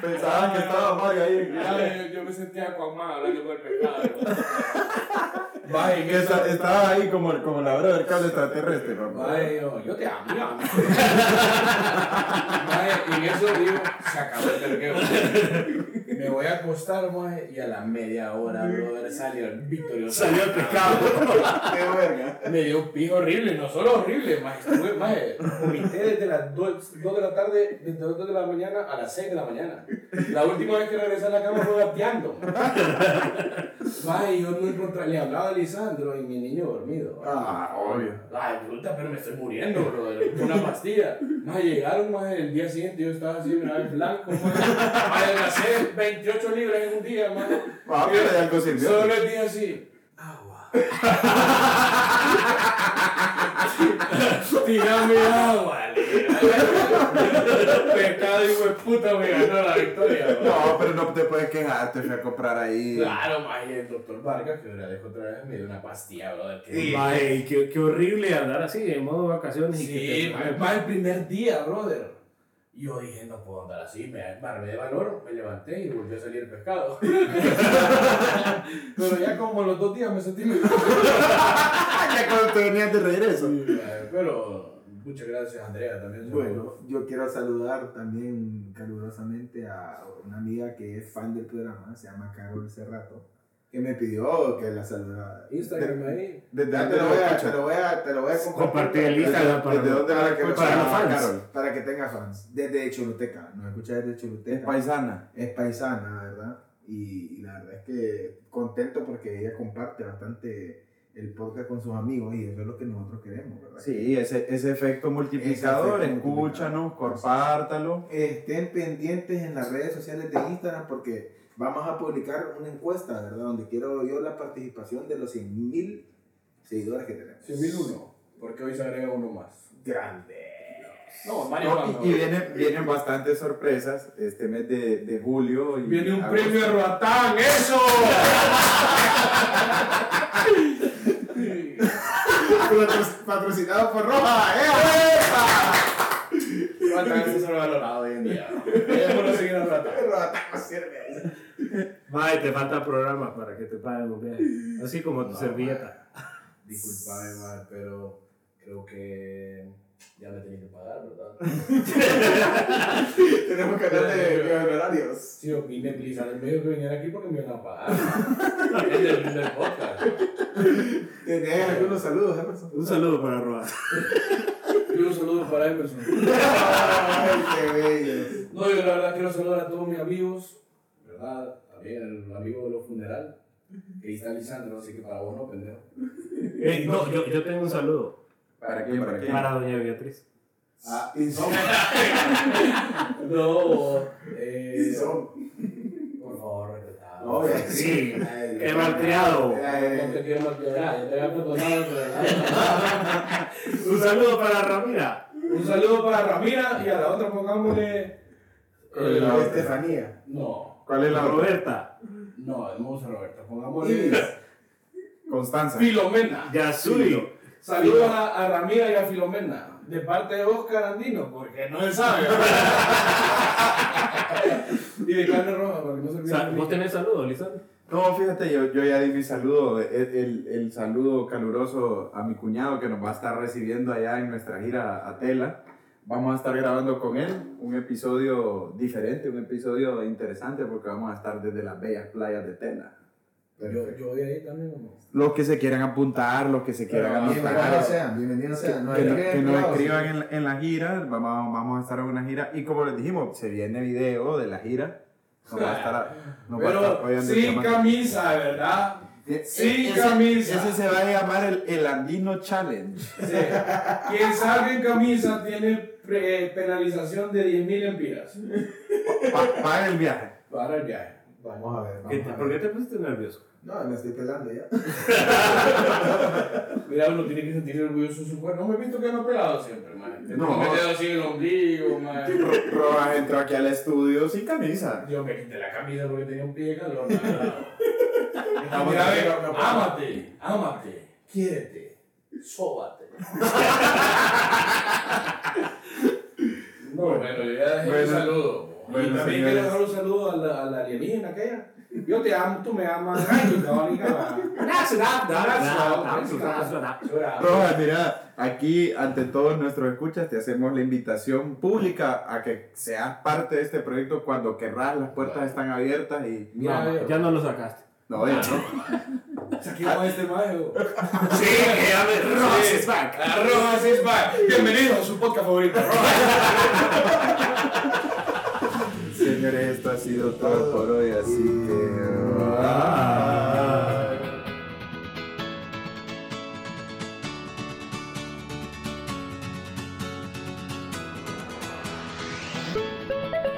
[SPEAKER 3] Pensaban que estaba Mario ahí.
[SPEAKER 4] Yo me sentía con más hablando con el pescado.
[SPEAKER 3] Que esta- estaba ahí como, como la hora del cable extraterrestre, papá.
[SPEAKER 4] yo, yo te amo. yo amo. Mae, y en eso digo, se acabó el terqueo. Me voy a acostar, mae, y a la media hora, brother, salió el victorioso.
[SPEAKER 1] Salió el pescado.
[SPEAKER 2] Qué verga.
[SPEAKER 4] Me dio un pijo horrible, no solo horrible, más estuve, más vomité desde las 2, de la tarde, desde las 2 de la mañana a las 6 de la mañana. La última vez que regresé a la cama fue gateando. Más yo no encontraba, le hablaba a Lisandro y mi niño dormido.
[SPEAKER 3] Ah, obvio.
[SPEAKER 4] Ay, puta, pero me estoy muriendo, brother. Una pastilla. Más llegaron, más el día siguiente yo estaba así, mira, blanco, más. Adelgacé 28 libras en un día, más.
[SPEAKER 3] Ah, pero de algo sirvió.
[SPEAKER 4] Solo el día así. (laughs) Agua. Tirame agua, le. Pecado, hijo de puta, me ganó la victoria, ma.
[SPEAKER 3] No, pero no te puedes quejar, te fui a comprar ahí.
[SPEAKER 4] Claro, ma, y el doctor Vargas, que agradezco otra vez, me dio una pastilla, brother. que-
[SPEAKER 1] Mae, qué, qué horrible andar así, en modo vacaciones. y que
[SPEAKER 4] Sí,
[SPEAKER 1] te-
[SPEAKER 4] ma, ma, el primer día, brother. Y Yo dije, no puedo andar así, me armé de valor, me levanté y volvió a salir el pescado. (laughs) Pero ya como los dos días me sentí muy
[SPEAKER 3] Ah, ya cuando te venías de regreso.
[SPEAKER 4] Sí, eh, Pero muchas gracias, Andrea, también.
[SPEAKER 2] Bueno, yo quiero saludar también calurosamente a una amiga que es fan del programa, se llama Carol Cerrato, que me pidió que la saludara.
[SPEAKER 4] Instagram ahí.
[SPEAKER 3] Desde
[SPEAKER 2] Ya te
[SPEAKER 3] antes
[SPEAKER 2] lo
[SPEAKER 3] lo
[SPEAKER 2] voy a,
[SPEAKER 3] escuchar.
[SPEAKER 2] te lo voy a, te lo voy a compartir
[SPEAKER 1] Compartir el
[SPEAKER 2] para-
[SPEAKER 1] Instagram para,
[SPEAKER 3] ¿Desde dónde la
[SPEAKER 2] para que lo
[SPEAKER 3] escuchas?
[SPEAKER 1] para los
[SPEAKER 2] sepa,
[SPEAKER 1] fans.
[SPEAKER 3] Carol.
[SPEAKER 2] Para que tenga fans. Desde Choluteca, nos escucha desde
[SPEAKER 3] Es
[SPEAKER 2] Choluteca. Es,
[SPEAKER 3] paisana.
[SPEAKER 2] paisana, ¿verdad? Y, y la verdad es que contento porque ella comparte bastante el podcast con sus amigos y eso es lo que nosotros queremos, ¿verdad?
[SPEAKER 3] Sí, ese, ese efecto multiplicador,
[SPEAKER 2] Ese efecto
[SPEAKER 3] escúchanos,
[SPEAKER 2] multiplicador.
[SPEAKER 3] compártalo.
[SPEAKER 2] Estén pendientes en las redes sociales de Instagram porque vamos a publicar una encuesta, ¿verdad? Donde quiero yo la participación de los 100.000 seguidores que tenemos.
[SPEAKER 4] 100.001, porque hoy se agrega uno más.
[SPEAKER 2] Grande.
[SPEAKER 4] No, Mario
[SPEAKER 3] No,
[SPEAKER 4] Juan.
[SPEAKER 3] y y vienen, vienen bastantes sorpresas este mes de, de julio. Y
[SPEAKER 4] Viene un
[SPEAKER 3] agosto.
[SPEAKER 4] premio Roatán,
[SPEAKER 3] (laughs)
[SPEAKER 4] eso.
[SPEAKER 2] Patro- Patrocinado por Roja, ¡eh!
[SPEAKER 4] Roatán es sobrevalorado Ah, hoy en día. Debemos no seguir a Roatán.
[SPEAKER 2] Roja, sirve.
[SPEAKER 1] Mae, te faltan programas para que te paguen un viaje. Así como tu
[SPEAKER 9] No,
[SPEAKER 1] servilleta.
[SPEAKER 9] Disculpame, ma, pero creo que ya me tenés que pagar, ¿verdad?
[SPEAKER 2] (laughs) Tenemos que hablar de de horarios.
[SPEAKER 9] Sí, yo vine Blizzard en medio que viniera aquí porque me iban a
[SPEAKER 4] (laughs)
[SPEAKER 9] pagar. ma. Es del, del podcast.
[SPEAKER 2] ¿Tenés algunos saludos, Emerson?
[SPEAKER 1] Un saludo para Roa.
[SPEAKER 4] Yo un saludo para Emerson. (laughs)
[SPEAKER 2] ¡Ay, qué bello!
[SPEAKER 4] No, yo la verdad quiero saludar a todos mis amigos.
[SPEAKER 9] ¿Verdad? También el amigo de los funeral. Que ahí está Lisandro, así que para vos no, pendejo.
[SPEAKER 1] Eh, no, yo, yo tengo un saludo
[SPEAKER 3] ¿Para qué? ¿Para qué?
[SPEAKER 1] para Doña Beatriz.
[SPEAKER 9] Ah,
[SPEAKER 2] Y son,
[SPEAKER 4] (laughs)
[SPEAKER 9] no. Eh,
[SPEAKER 2] y son.
[SPEAKER 9] por favor, respetad.
[SPEAKER 2] No, (laughs) ya,
[SPEAKER 1] Sí.
[SPEAKER 2] Ay,
[SPEAKER 1] ¡Qué malcriado!
[SPEAKER 4] No
[SPEAKER 2] ay,
[SPEAKER 4] te quiero más que ya, ya te había perdonado, pero-
[SPEAKER 1] Un saludo para Ramira.
[SPEAKER 4] Un saludo para Ramira y a la otra pongámosle. eh,
[SPEAKER 2] ay,
[SPEAKER 9] este.
[SPEAKER 2] Estefanía.
[SPEAKER 9] No,
[SPEAKER 3] ¿Cuál es la
[SPEAKER 1] La
[SPEAKER 3] otra?
[SPEAKER 1] Roberta.
[SPEAKER 9] no, hermoso Roberto.
[SPEAKER 2] Iris.
[SPEAKER 9] Pongámosle
[SPEAKER 3] Constanza.
[SPEAKER 4] Filomena.
[SPEAKER 1] Yasui.
[SPEAKER 4] Saludos a, a Ramira y a Filomena. De parte de Oscar Andino, porque no él sabe. (laughs) y de carne roja, porque no se
[SPEAKER 1] O sea,
[SPEAKER 4] olviden. de
[SPEAKER 1] ¿Vos
[SPEAKER 4] mí.
[SPEAKER 1] tenés saludos, Lisandro?
[SPEAKER 3] No, fíjate, yo, yo ya di mi saludo, el, el- el saludo caluroso a mi cuñado que nos va a estar recibiendo allá en nuestra gira a Tela. Vamos a estar grabando con él un episodio diferente, un episodio interesante porque vamos a estar desde las bellas playas de Tela.
[SPEAKER 9] Yo, yo voy ahí también, ¿no?
[SPEAKER 3] Los que se quieran apuntar, los que se quieran
[SPEAKER 2] Bienvenidos
[SPEAKER 3] anotar,
[SPEAKER 2] sean, bienvenidos sean. No
[SPEAKER 3] que,
[SPEAKER 2] hay
[SPEAKER 3] no-
[SPEAKER 2] que-
[SPEAKER 3] que nos
[SPEAKER 2] claro,
[SPEAKER 3] escriban en, la- en la gira, vamos, vamos a estar en una gira y como les dijimos, se viene video de la gira. Nos va a estar, nos va a estar
[SPEAKER 4] Pero
[SPEAKER 3] apoyando el
[SPEAKER 4] sin
[SPEAKER 3] chamaco.
[SPEAKER 4] camisa, ¿verdad?
[SPEAKER 3] E-
[SPEAKER 4] Sin
[SPEAKER 3] ese-
[SPEAKER 4] camisa.
[SPEAKER 3] Ese se va a llamar el, el Andino Challenge.
[SPEAKER 4] Sí. Quien salga en camisa tiene pre- penalización de 10.000 empiras
[SPEAKER 3] Pa- Paga el viaje.
[SPEAKER 4] para el viaje.
[SPEAKER 2] Vamos a ver.
[SPEAKER 1] ¿Qué
[SPEAKER 2] Vamos
[SPEAKER 1] te-
[SPEAKER 2] a
[SPEAKER 1] ¿Por qué
[SPEAKER 2] ver.
[SPEAKER 1] te pusiste nervioso?
[SPEAKER 2] No, me estoy pelando ya.
[SPEAKER 4] Mira, uno tiene que sentir orgulloso de su cuerpo. No me he visto que no he pelado siempre, man.
[SPEAKER 3] No.
[SPEAKER 4] No. Me quedo así en el ombligo, man.
[SPEAKER 3] Rojas entró aquí al estudio sin camisa.
[SPEAKER 4] Yo me quité la camisa porque tenía un pie de calor. (laughs) Mira,
[SPEAKER 2] Estamos tranquilos, no, no.
[SPEAKER 4] ámate, ámate, quiérete, sóbate. (laughs) No, bueno, yo ya dejé
[SPEAKER 3] Bueno.
[SPEAKER 4] un saludo. po.
[SPEAKER 3] Bueno,
[SPEAKER 4] y también
[SPEAKER 3] señores.
[SPEAKER 4] quiero dejar un saludo a la, a la alienígena aquella. Yo te amo, tú me amas. Ay, mi cabrón, mi cabrón.
[SPEAKER 1] That's that,
[SPEAKER 4] that's that, that's
[SPEAKER 3] Rojas, mira, aquí ante todos nuestros escuchas te hacemos la invitación pública a que seas parte de este proyecto cuando querrás. Las puertas están abiertas y.
[SPEAKER 1] No, ya no lo sacaste.
[SPEAKER 3] No, ya no.
[SPEAKER 4] Saquemos este mago.
[SPEAKER 1] Sí, que ya me... Ross
[SPEAKER 4] is Rojas es back. Bienvenidos a su podcast favorito.
[SPEAKER 3] Señores, esto ha sido todo por hoy, así que. bye.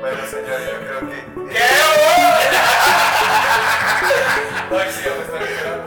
[SPEAKER 3] Bueno, señores, yo creo que. ¡Qué bueno! No, sí, yo me estoy quedando.